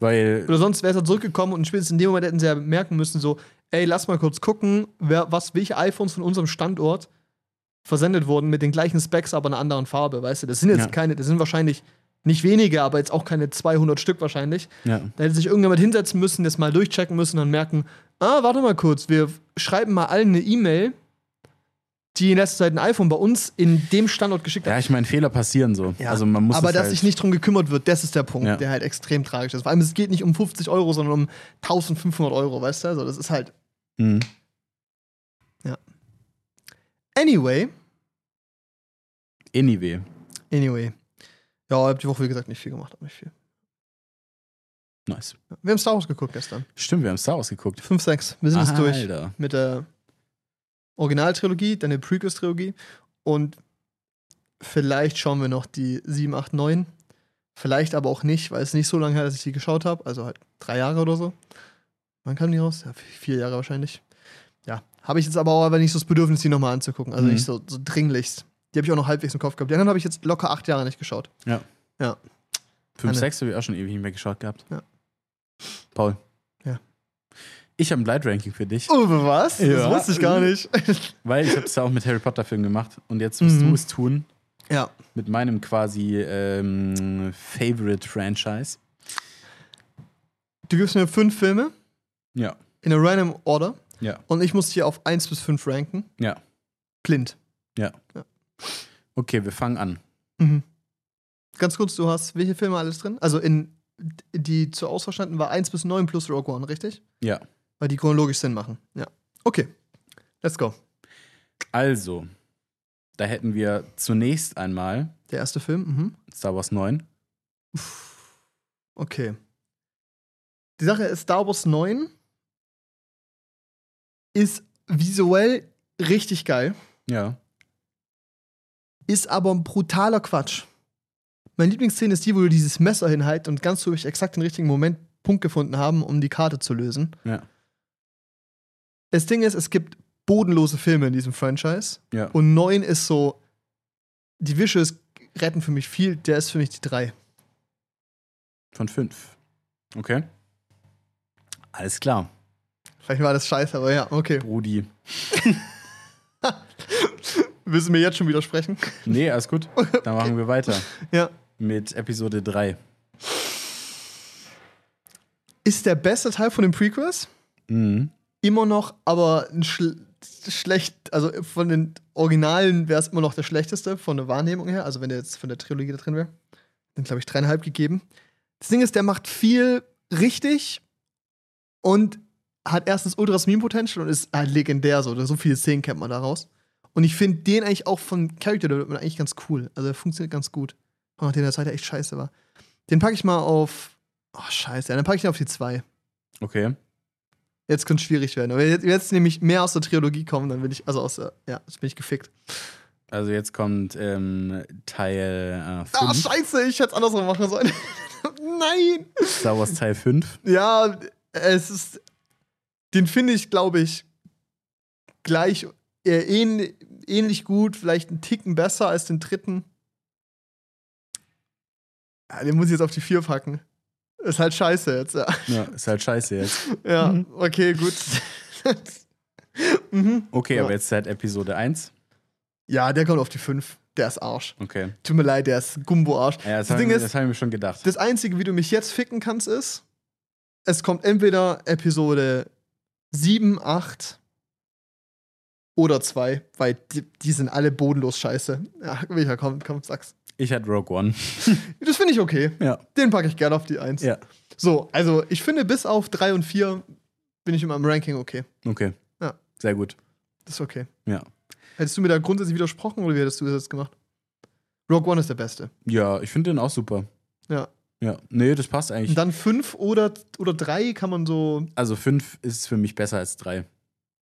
Speaker 2: weil
Speaker 1: Oder sonst wäre es ja zurückgekommen und spätestens in dem Moment hätten sie ja merken müssen, so, ey, lass mal kurz gucken, wer, was, welche iPhones von unserem Standort versendet wurden mit den gleichen Specs, aber einer anderen Farbe, weißt du? Das sind jetzt
Speaker 2: Ja.
Speaker 1: keine, das sind wahrscheinlich nicht wenige, aber jetzt auch keine 200 Stück wahrscheinlich.
Speaker 2: ja.
Speaker 1: Da hätte sich irgendjemand hinsetzen müssen, das mal durchchecken müssen und merken, ah, warte mal kurz, wir schreiben mal allen eine E-Mail, die in letzter Zeit ein iPhone bei uns in dem Standort geschickt hat.
Speaker 2: Ja, ich meine, Fehler passieren so. Also man muss
Speaker 1: Aber
Speaker 2: es
Speaker 1: dass
Speaker 2: halt,
Speaker 1: sich nicht drum gekümmert wird, das ist der Punkt,
Speaker 2: Ja.
Speaker 1: der halt extrem tragisch ist. Vor allem, es geht nicht um 50 Euro, sondern um 1500 Euro, weißt du? Also, das ist halt.
Speaker 2: Mhm.
Speaker 1: Anyway.
Speaker 2: Anyway.
Speaker 1: Anyway. Ja, ich hab die Woche, wie gesagt, nicht viel gemacht. Hab nicht viel.
Speaker 2: Nice.
Speaker 1: Ja. Wir haben Star Wars geguckt gestern.
Speaker 2: Stimmt, wir haben Star Wars geguckt.
Speaker 1: 5, 6. Wir sind jetzt durch
Speaker 2: Alter.
Speaker 1: mit der Originaltrilogie, dann der Prequel-Trilogie und vielleicht schauen wir noch die 7, 8, 9. Vielleicht aber auch nicht, weil es nicht so lange her, dass ich die geschaut habe. Also halt drei Jahre oder so. Wann kam die raus? Ja, vier Jahre wahrscheinlich. Ja, habe ich jetzt aber auch aber nicht so das Bedürfnis, die nochmal anzugucken. Also
Speaker 2: Mhm.
Speaker 1: nicht so, so dringlichst. Die habe ich auch noch halbwegs im Kopf gehabt. Die anderen habe ich jetzt locker acht Jahre nicht geschaut.
Speaker 2: 5,
Speaker 1: Anne.
Speaker 2: 6 habe ich auch schon ewig nicht mehr geschaut gehabt.
Speaker 1: Ja.
Speaker 2: Paul.
Speaker 1: Ja.
Speaker 2: Ich habe ein Light-Ranking für dich,
Speaker 1: Oh, was?
Speaker 2: Ja.
Speaker 1: Das wusste ich gar nicht.
Speaker 2: weil ich habe es ja auch mit Harry Potter-Filmen gemacht und jetzt musst
Speaker 1: Mhm.
Speaker 2: du es tun
Speaker 1: ja.
Speaker 2: mit meinem quasi ähm, Favorite-Franchise.
Speaker 1: Du gibst mir fünf Filme
Speaker 2: Ja.
Speaker 1: in a random order.
Speaker 2: Ja.
Speaker 1: Und ich muss hier auf 1 bis 5 ranken.
Speaker 2: Ja.
Speaker 1: Blind.
Speaker 2: Okay, wir fangen an.
Speaker 1: Mhm. Ganz kurz, du hast welche Filme alles drin? Also in die zur Auswahl standen war 1 bis 9 plus Rogue One, richtig?
Speaker 2: Ja.
Speaker 1: Weil die chronologisch Sinn machen. Ja. Okay. Let's go.
Speaker 2: Also, da hätten wir zunächst einmal
Speaker 1: Der erste Film, mhm.
Speaker 2: Star Wars 9.
Speaker 1: Okay. Die Sache ist, Star Wars 9 ist visuell richtig geil,
Speaker 2: Ja.
Speaker 1: ist aber ein brutaler Quatsch. Meine Lieblingsszene ist die, wo du dieses Messer hinhalt und ganz zufällig exakt den richtigen Moment Punkt gefunden haben, um die Karte zu lösen.
Speaker 2: Ja.
Speaker 1: Das Ding ist, es gibt bodenlose Filme in diesem Franchise.
Speaker 2: Ja.
Speaker 1: Und 9 ist so. Die Visuals retten für mich viel, der ist für mich die 3.
Speaker 2: Von 5. Okay. Alles klar,
Speaker 1: Vielleicht war das scheiße, aber ja, okay.
Speaker 2: Brudi.
Speaker 1: Willst du mir jetzt schon widersprechen?
Speaker 2: Nee, alles gut. Dann machen wir weiter
Speaker 1: Ja.
Speaker 2: mit Episode 3.
Speaker 1: Ist der beste Teil von den Prequels?
Speaker 2: Mhm.
Speaker 1: Immer noch, aber ein schl schlecht, also von den Originalen wäre es immer noch der schlechteste, von der Wahrnehmung her. Also wenn der jetzt von der Trilogie da drin wäre. Dann glaube ich dreieinhalb gegeben. Das Ding ist, der macht viel richtig und hat erstens ultras Meme-Potential und ist halt legendär so. Oder so viele Szenen kennt man daraus. Und ich finde den eigentlich auch von Character Development eigentlich ganz cool. Also er funktioniert ganz gut. Auch nachdem der zweite echt scheiße war. Den packe ich mal auf. Oh, scheiße. ja, Dann packe ich ihn auf die zwei.
Speaker 2: Okay.
Speaker 1: Jetzt könnte es schwierig werden. Wenn jetzt, jetzt nämlich mehr aus der Trilogie kommen, dann bin ich, also aus der, ja, jetzt bin ich gefickt.
Speaker 2: Also jetzt kommt ähm, Teil äh,
Speaker 1: Ah,
Speaker 2: 5.
Speaker 1: scheiße, ich hätte es andersrum machen sollen. Nein!
Speaker 2: Star Wars Teil 5.
Speaker 1: Ja, es ist. Den finde ich, glaube ich, gleich eher ähn, ähnlich gut, vielleicht einen Ticken besser als den dritten. Ja, den muss ich jetzt auf die vier packen. Ist halt scheiße jetzt, ja.
Speaker 2: Ja, ist halt scheiße jetzt.
Speaker 1: Ja, okay, gut. mhm.
Speaker 2: Okay,
Speaker 1: Ja.
Speaker 2: aber jetzt seit Episode 1.
Speaker 1: Ja, der kommt auf die fünf. Der ist Arsch.
Speaker 2: Okay.
Speaker 1: Tut mir leid, der ist Gumbo-Arsch.
Speaker 2: Ja, das,
Speaker 1: das Ding
Speaker 2: habe
Speaker 1: ist,
Speaker 2: das hab ich mir schon gedacht.
Speaker 1: Das Einzige, wie du mich jetzt ficken kannst, ist, es kommt entweder Episode 7, 8 oder 2, weil die, die sind alle bodenlos scheiße. Ja, Micha, komm, komm, sag's.
Speaker 2: Ich hatte Rogue One.
Speaker 1: Das finde ich okay.
Speaker 2: Ja.
Speaker 1: Den packe ich gerne auf die 1.
Speaker 2: Ja.
Speaker 1: So, also ich finde, bis auf 3 und 4 bin ich in meinem Ranking okay.
Speaker 2: Okay.
Speaker 1: Ja.
Speaker 2: Sehr gut.
Speaker 1: Das ist okay.
Speaker 2: Ja.
Speaker 1: Hättest du mir da grundsätzlich widersprochen oder wie hättest du das jetzt gemacht? Rogue One ist der beste.
Speaker 2: Ja, ich finde den auch super.
Speaker 1: Ja.
Speaker 2: Ja. Nee, das passt eigentlich.
Speaker 1: Und dann 5 oder 3 oder drei kann man so.
Speaker 2: Also 5 ist für mich besser als 3.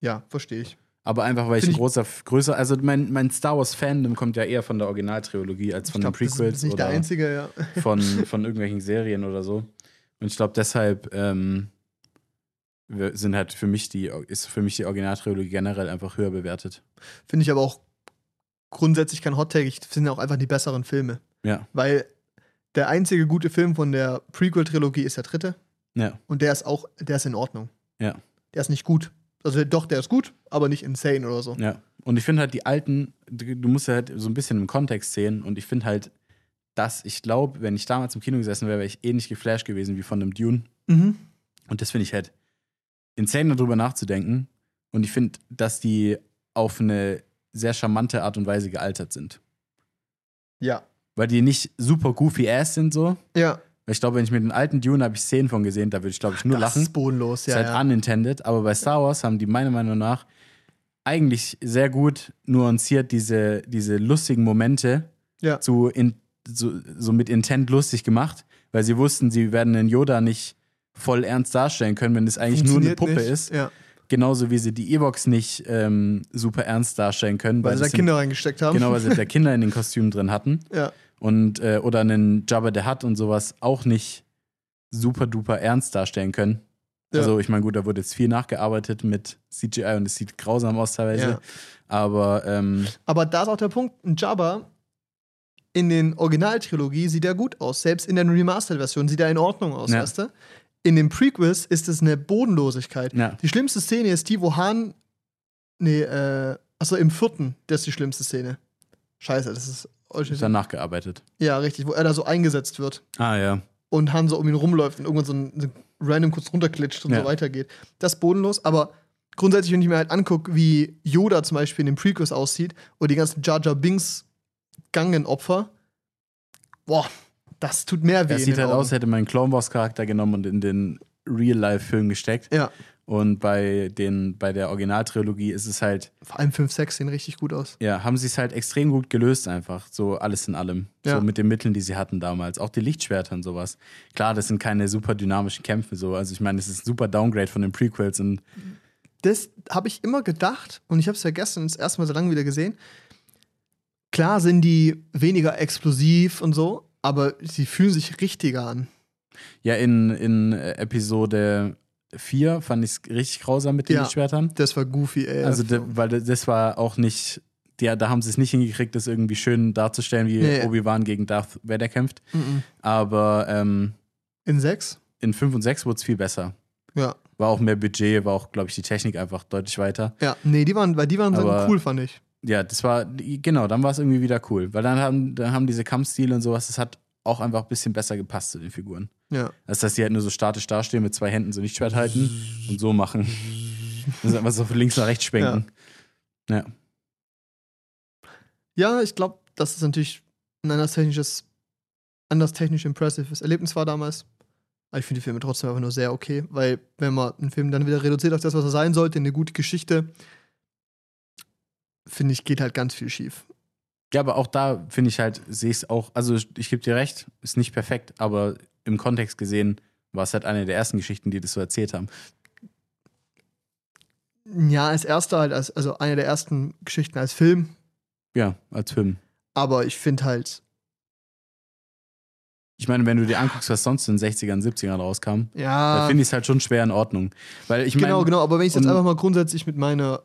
Speaker 1: Ja, verstehe ich.
Speaker 2: Aber einfach, weil ich
Speaker 1: Find
Speaker 2: ein
Speaker 1: ich-
Speaker 2: großer, größer, also mein, mein Star Wars-Fandom kommt ja eher von der Originaltrilogie als von
Speaker 1: ich
Speaker 2: den
Speaker 1: das ist
Speaker 2: Prequels
Speaker 1: nicht der
Speaker 2: oder
Speaker 1: einzige, ja.
Speaker 2: von, von irgendwelchen Serien oder so. Und ich glaube, deshalb ähm, wir- sind halt für mich die, ist für mich die Originaltrilogie generell einfach höher bewertet.
Speaker 1: Finde ich aber auch grundsätzlich kein Hot Take. Ich finde auch einfach die besseren Filme.
Speaker 2: Ja.
Speaker 1: Weil der einzige gute Film von der Prequel-Trilogie ist der dritte.
Speaker 2: Ja.
Speaker 1: Und der ist auch, der ist in Ordnung.
Speaker 2: Ja.
Speaker 1: Der ist nicht gut. Also doch, der ist gut, aber nicht insane oder so.
Speaker 2: Ja. Und ich finde halt die alten, du du musst ja halt so ein bisschen im Kontext sehen. Und ich finde halt, dass ich glaube, wenn ich damals im Kino gesessen wäre, wäre ich ähnlich geflasht gewesen wie von einem Dune.
Speaker 1: Mhm.
Speaker 2: Und das finde ich halt insane, darüber nachzudenken. Und ich finde, dass die auf eine sehr charmante Art und Weise gealtert sind.
Speaker 1: Ja.
Speaker 2: Weil die nicht super goofy ass sind so.
Speaker 1: Ja.
Speaker 2: Weil ich glaube, wenn ich mir den alten Dune habe ich Szenen von gesehen, da würde ich glaube ich nur
Speaker 1: das
Speaker 2: lachen.
Speaker 1: ist bodenlos,
Speaker 2: Ist
Speaker 1: ja.
Speaker 2: halt
Speaker 1: ja.
Speaker 2: unintended. Aber bei Star Wars haben die meiner Meinung nach eigentlich sehr gut nuanciert diese, diese lustigen Momente
Speaker 1: Ja.
Speaker 2: zu in, so, so mit Intent lustig gemacht, weil sie wussten, sie werden den Yoda nicht voll ernst darstellen können, wenn es eigentlich nur eine
Speaker 1: Funktioniert
Speaker 2: Puppe
Speaker 1: nicht.
Speaker 2: ist.
Speaker 1: Ja.
Speaker 2: Genauso wie sie die Ewoks nicht ähm, super ernst darstellen können,
Speaker 1: Weil sie da
Speaker 2: das
Speaker 1: Kinder reingesteckt haben.
Speaker 2: sind, genau, weil sie da Kinder in den Kostümen drin hatten
Speaker 1: Ja.
Speaker 2: und äh, oder einen Jabba the Hutt und sowas auch nicht super duper ernst darstellen können.
Speaker 1: Ja.
Speaker 2: Also ich meine, gut, da wurde jetzt viel nachgearbeitet mit CGI und es sieht grausam aus teilweise,
Speaker 1: Ja.
Speaker 2: aber ähm,
Speaker 1: Aber da ist auch der Punkt, ein Jabba in den Originaltrilogie sieht er gut aus. Selbst in der Remastered-Version sieht er in Ordnung aus,
Speaker 2: Ja.
Speaker 1: weißt du? In den Prequels ist es eine Bodenlosigkeit.
Speaker 2: Ja.
Speaker 1: Die schlimmste Szene ist die, wo Han. Nee, äh. Achso, im vierten, das ist die schlimmste Szene. Scheiße, das ist.
Speaker 2: ist dann nachgearbeitet.
Speaker 1: Ja, richtig, wo er da so eingesetzt wird
Speaker 2: Ah ja.
Speaker 1: und Han so um ihn rumläuft und irgendwann so ein, so ein random kurz runterklitscht und
Speaker 2: Ja.
Speaker 1: so weitergeht. Das ist bodenlos, aber grundsätzlich, wenn ich mir halt angucke, wie Yoda zum Beispiel in den Prequels aussieht oder die ganzen Jar Jar Binks Gangenopfer, boah, das tut mehr weh.
Speaker 2: Das
Speaker 1: in
Speaker 2: sieht
Speaker 1: den
Speaker 2: halt
Speaker 1: Augen.
Speaker 2: aus, hätte man einen Clone Wars Charakter genommen und in den Real-Life-Film gesteckt.
Speaker 1: Ja,
Speaker 2: Und bei den, bei der Originaltrilogie ist es halt,
Speaker 1: vor allem 5, 6 sehen richtig gut aus.
Speaker 2: ja, haben sie es halt extrem gut gelöst einfach. So alles in allem.
Speaker 1: Ja.
Speaker 2: So mit den Mitteln, die sie hatten damals. Auch die Lichtschwerter und sowas. Klar, das sind keine super dynamischen Kämpfe so. Also ich meine, es ist ein super Downgrade von den Prequels und
Speaker 1: das habe ich immer gedacht und ich habe es ja gestern das erste Mal so lange wieder gesehen. Klar sind die weniger explosiv und so, aber sie fühlen sich richtiger an.
Speaker 2: ja, in, in äh, Episode 4 fand ich es richtig grausam mit den
Speaker 1: Ja.
Speaker 2: Lichtschwertern.
Speaker 1: Das war goofy, ey.
Speaker 2: Also, da, weil da- das war auch nicht, ja, da haben sie es nicht hingekriegt, das irgendwie schön darzustellen, wie
Speaker 1: Nee.
Speaker 2: Obi-Wan gegen Darth Vader kämpft.
Speaker 1: Mhm.
Speaker 2: Aber ähm,
Speaker 1: in 6?
Speaker 2: in 5 und 6 wurde es viel besser.
Speaker 1: Ja.
Speaker 2: War auch mehr Budget, war auch, glaube ich, die Technik einfach deutlich weiter.
Speaker 1: Ja, nee, die waren, weil die waren
Speaker 2: Aber-
Speaker 1: so cool, fand ich.
Speaker 2: Ja, das war, genau, dann war es irgendwie wieder cool. Weil dann haben, dann haben diese Kampfstile und sowas, das hat auch einfach ein bisschen besser gepasst zu den Figuren.
Speaker 1: Ja.
Speaker 2: Als dass die halt nur so statisch dastehen, mit zwei Händen so nicht Schwert halten und so machen. Und so einfach so von links nach rechts schwenken. Ja.
Speaker 1: Ja, ich glaube, das ist natürlich ein anders technisches, anders technisch impressives Erlebnis war damals. Aber ich finde die Filme trotzdem einfach nur sehr okay, weil wenn man einen Film dann wieder reduziert auf das, was er sein sollte, in eine gute Geschichte, finde ich, geht halt ganz viel schief.
Speaker 2: Ja, aber auch da finde ich halt, sehe ich es auch, also ich gebe dir recht, ist nicht perfekt, aber im Kontext gesehen war es halt eine der ersten Geschichten, die das so erzählt haben.
Speaker 1: Ja, als erster halt, als, also eine der ersten Geschichten als Film,
Speaker 2: Ja, als Film.
Speaker 1: aber ich finde halt,
Speaker 2: Ich meine, wenn du dir anguckst, was sonst in den 60ern, 70ern rauskam, dann
Speaker 1: ja,
Speaker 2: finde ich es halt schon schwer in Ordnung. Weil ich
Speaker 1: Ah. genau,
Speaker 2: meine,
Speaker 1: genau, aber wenn ich es jetzt
Speaker 2: und-
Speaker 1: einfach mal grundsätzlich mit meiner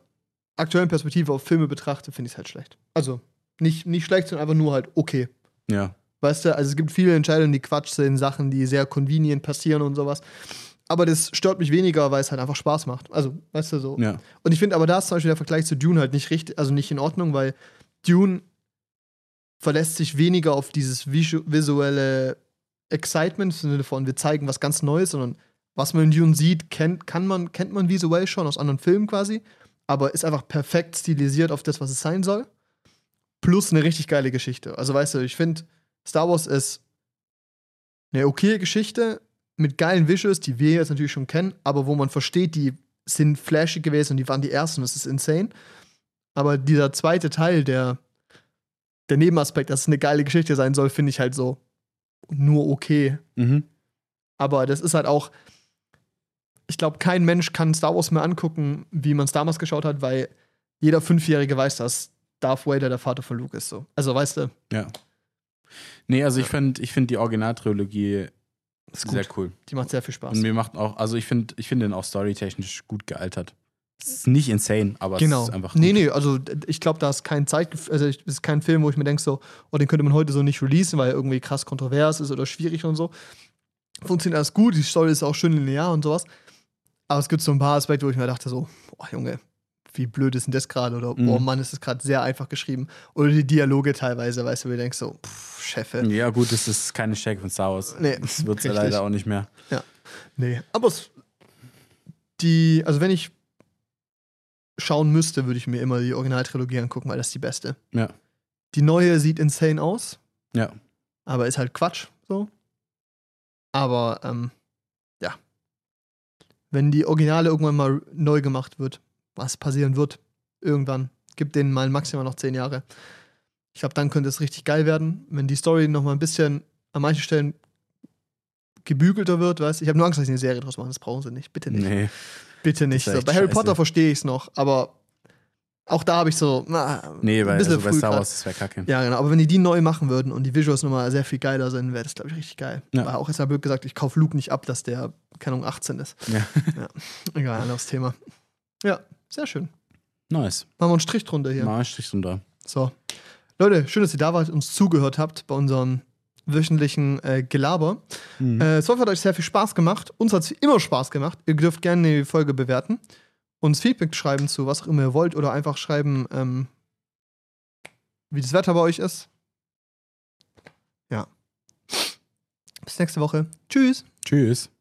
Speaker 1: aktuellen Perspektive auf Filme betrachte, finde ich es halt schlecht. Also nicht, nicht schlecht, sondern einfach nur halt okay.
Speaker 2: ja,
Speaker 1: Weißt du, also es gibt viele Entscheidungen, die Quatsch sind, Sachen, die sehr convenient passieren und sowas. Aber das stört mich weniger, weil es halt einfach Spaß macht. Also, weißt du, so.
Speaker 2: ja,
Speaker 1: Und ich finde aber da ist zum Beispiel der Vergleich zu Dune halt nicht richtig, also nicht in Ordnung, weil Dune verlässt sich weniger auf dieses visu- visuelle Excitement, im Sinne von wir zeigen was ganz Neues, sondern was man in Dune sieht, kennt, kann man, kennt man visuell schon aus anderen Filmen quasi, aber ist einfach perfekt stilisiert auf das, was es sein soll. Plus eine richtig geile Geschichte. Also weißt du, ich finde, Star Wars ist eine okaye Geschichte mit geilen Visuals, die wir jetzt natürlich schon kennen, aber wo man versteht, die sind flashy gewesen und die waren die ersten, das ist insane. Aber dieser zweite Teil, der, der Nebenaspekt, dass es eine geile Geschichte sein soll, finde ich halt so nur okay.
Speaker 2: mhm.
Speaker 1: Aber das ist halt auch, ich glaube, kein Mensch kann Star Wars mehr angucken, wie man es damals geschaut hat, weil jeder Fünfjährige weiß, dass Darth Vader der Vater von Luke ist. So. Also, weißt du,
Speaker 2: Ja. Nee, also ich finde ich find die Originaltrilogie
Speaker 1: ist gut.
Speaker 2: sehr cool.
Speaker 1: Die macht sehr viel Spaß.
Speaker 2: Und mir macht auch, also ich finde ich find den auch storytechnisch gut gealtert. Es ist nicht insane, aber
Speaker 1: Genau.
Speaker 2: es ist einfach.
Speaker 1: nee,
Speaker 2: gut.
Speaker 1: nee, also d- ich glaube, da ist kein Zeitgef also ich- es ist kein Film, wo ich mir denke, so, oh, den könnte man heute so nicht releasen, weil er irgendwie krass kontrovers ist oder schwierig und so. Funktioniert alles gut, die Story ist auch schön linear und sowas. Aber es gibt so ein paar Aspekte, wo ich mir dachte, so, boah, Junge, wie blöd ist denn das gerade? Oder,
Speaker 2: Mhm.
Speaker 1: boah, Mann, ist das gerade sehr einfach geschrieben. Oder die Dialoge teilweise, weißt du, wo du denkst, so, pff, Chefe.
Speaker 2: Ja, gut, das ist keine Stärke von Star Wars.
Speaker 1: Nee,
Speaker 2: Das wird es ja
Speaker 1: richtig.
Speaker 2: leider auch nicht mehr.
Speaker 1: Nee, aber es, die, also wenn ich schauen müsste, würde ich mir immer die Originaltrilogie angucken, weil das ist die beste.
Speaker 2: Ja.
Speaker 1: Die neue sieht insane aus,
Speaker 2: Ja.
Speaker 1: aber ist halt Quatsch, so. Aber, ähm, ja. Wenn die Originale irgendwann mal neu gemacht wird, was passieren wird, irgendwann, gibt denen mal maximal noch zehn Jahre. Ich glaube, dann könnte es richtig geil werden, wenn die Story noch mal ein bisschen an manchen Stellen gebügelter wird, weißt du? Ich habe nur Angst, dass sie eine Serie draus machen, das brauchen sie nicht, bitte nicht.
Speaker 2: Nee.
Speaker 1: Bitte nicht.
Speaker 2: Das ist
Speaker 1: So.
Speaker 2: echt
Speaker 1: Bei Harry
Speaker 2: scheiße.
Speaker 1: Potter verstehe ich es noch, aber auch da habe ich so na,
Speaker 2: Nee, weil also bei Star
Speaker 1: grad.
Speaker 2: Wars, das wäre kacke.
Speaker 1: Ja, genau. Aber wenn die die neu machen würden und die Visuals nochmal sehr viel geiler sind, wäre das, glaube ich, richtig geil.
Speaker 2: Ja.
Speaker 1: Aber auch jetzt mal blöd gesagt, ich kaufe Luke nicht ab, dass der, keine Ahnung, 18 ist.
Speaker 2: Ja.
Speaker 1: Egal, anderes Thema. Ja, sehr schön.
Speaker 2: Nice.
Speaker 1: Machen wir einen Strich drunter hier.
Speaker 2: Mal Strich drunter.
Speaker 1: So. Leute, schön, dass ihr da wart, uns zugehört habt bei unserem wöchentlichen äh, Gelaber.
Speaker 2: Mhm.
Speaker 1: Äh, es hoffe, hat euch sehr viel Spaß gemacht. Uns hat es immer Spaß gemacht. Ihr dürft gerne die Folge bewerten. Uns Feedback schreiben zu was auch immer ihr wollt oder einfach schreiben, ähm, wie das Wetter bei euch ist. Ja. Bis nächste Woche. Tschüss.
Speaker 2: Tschüss.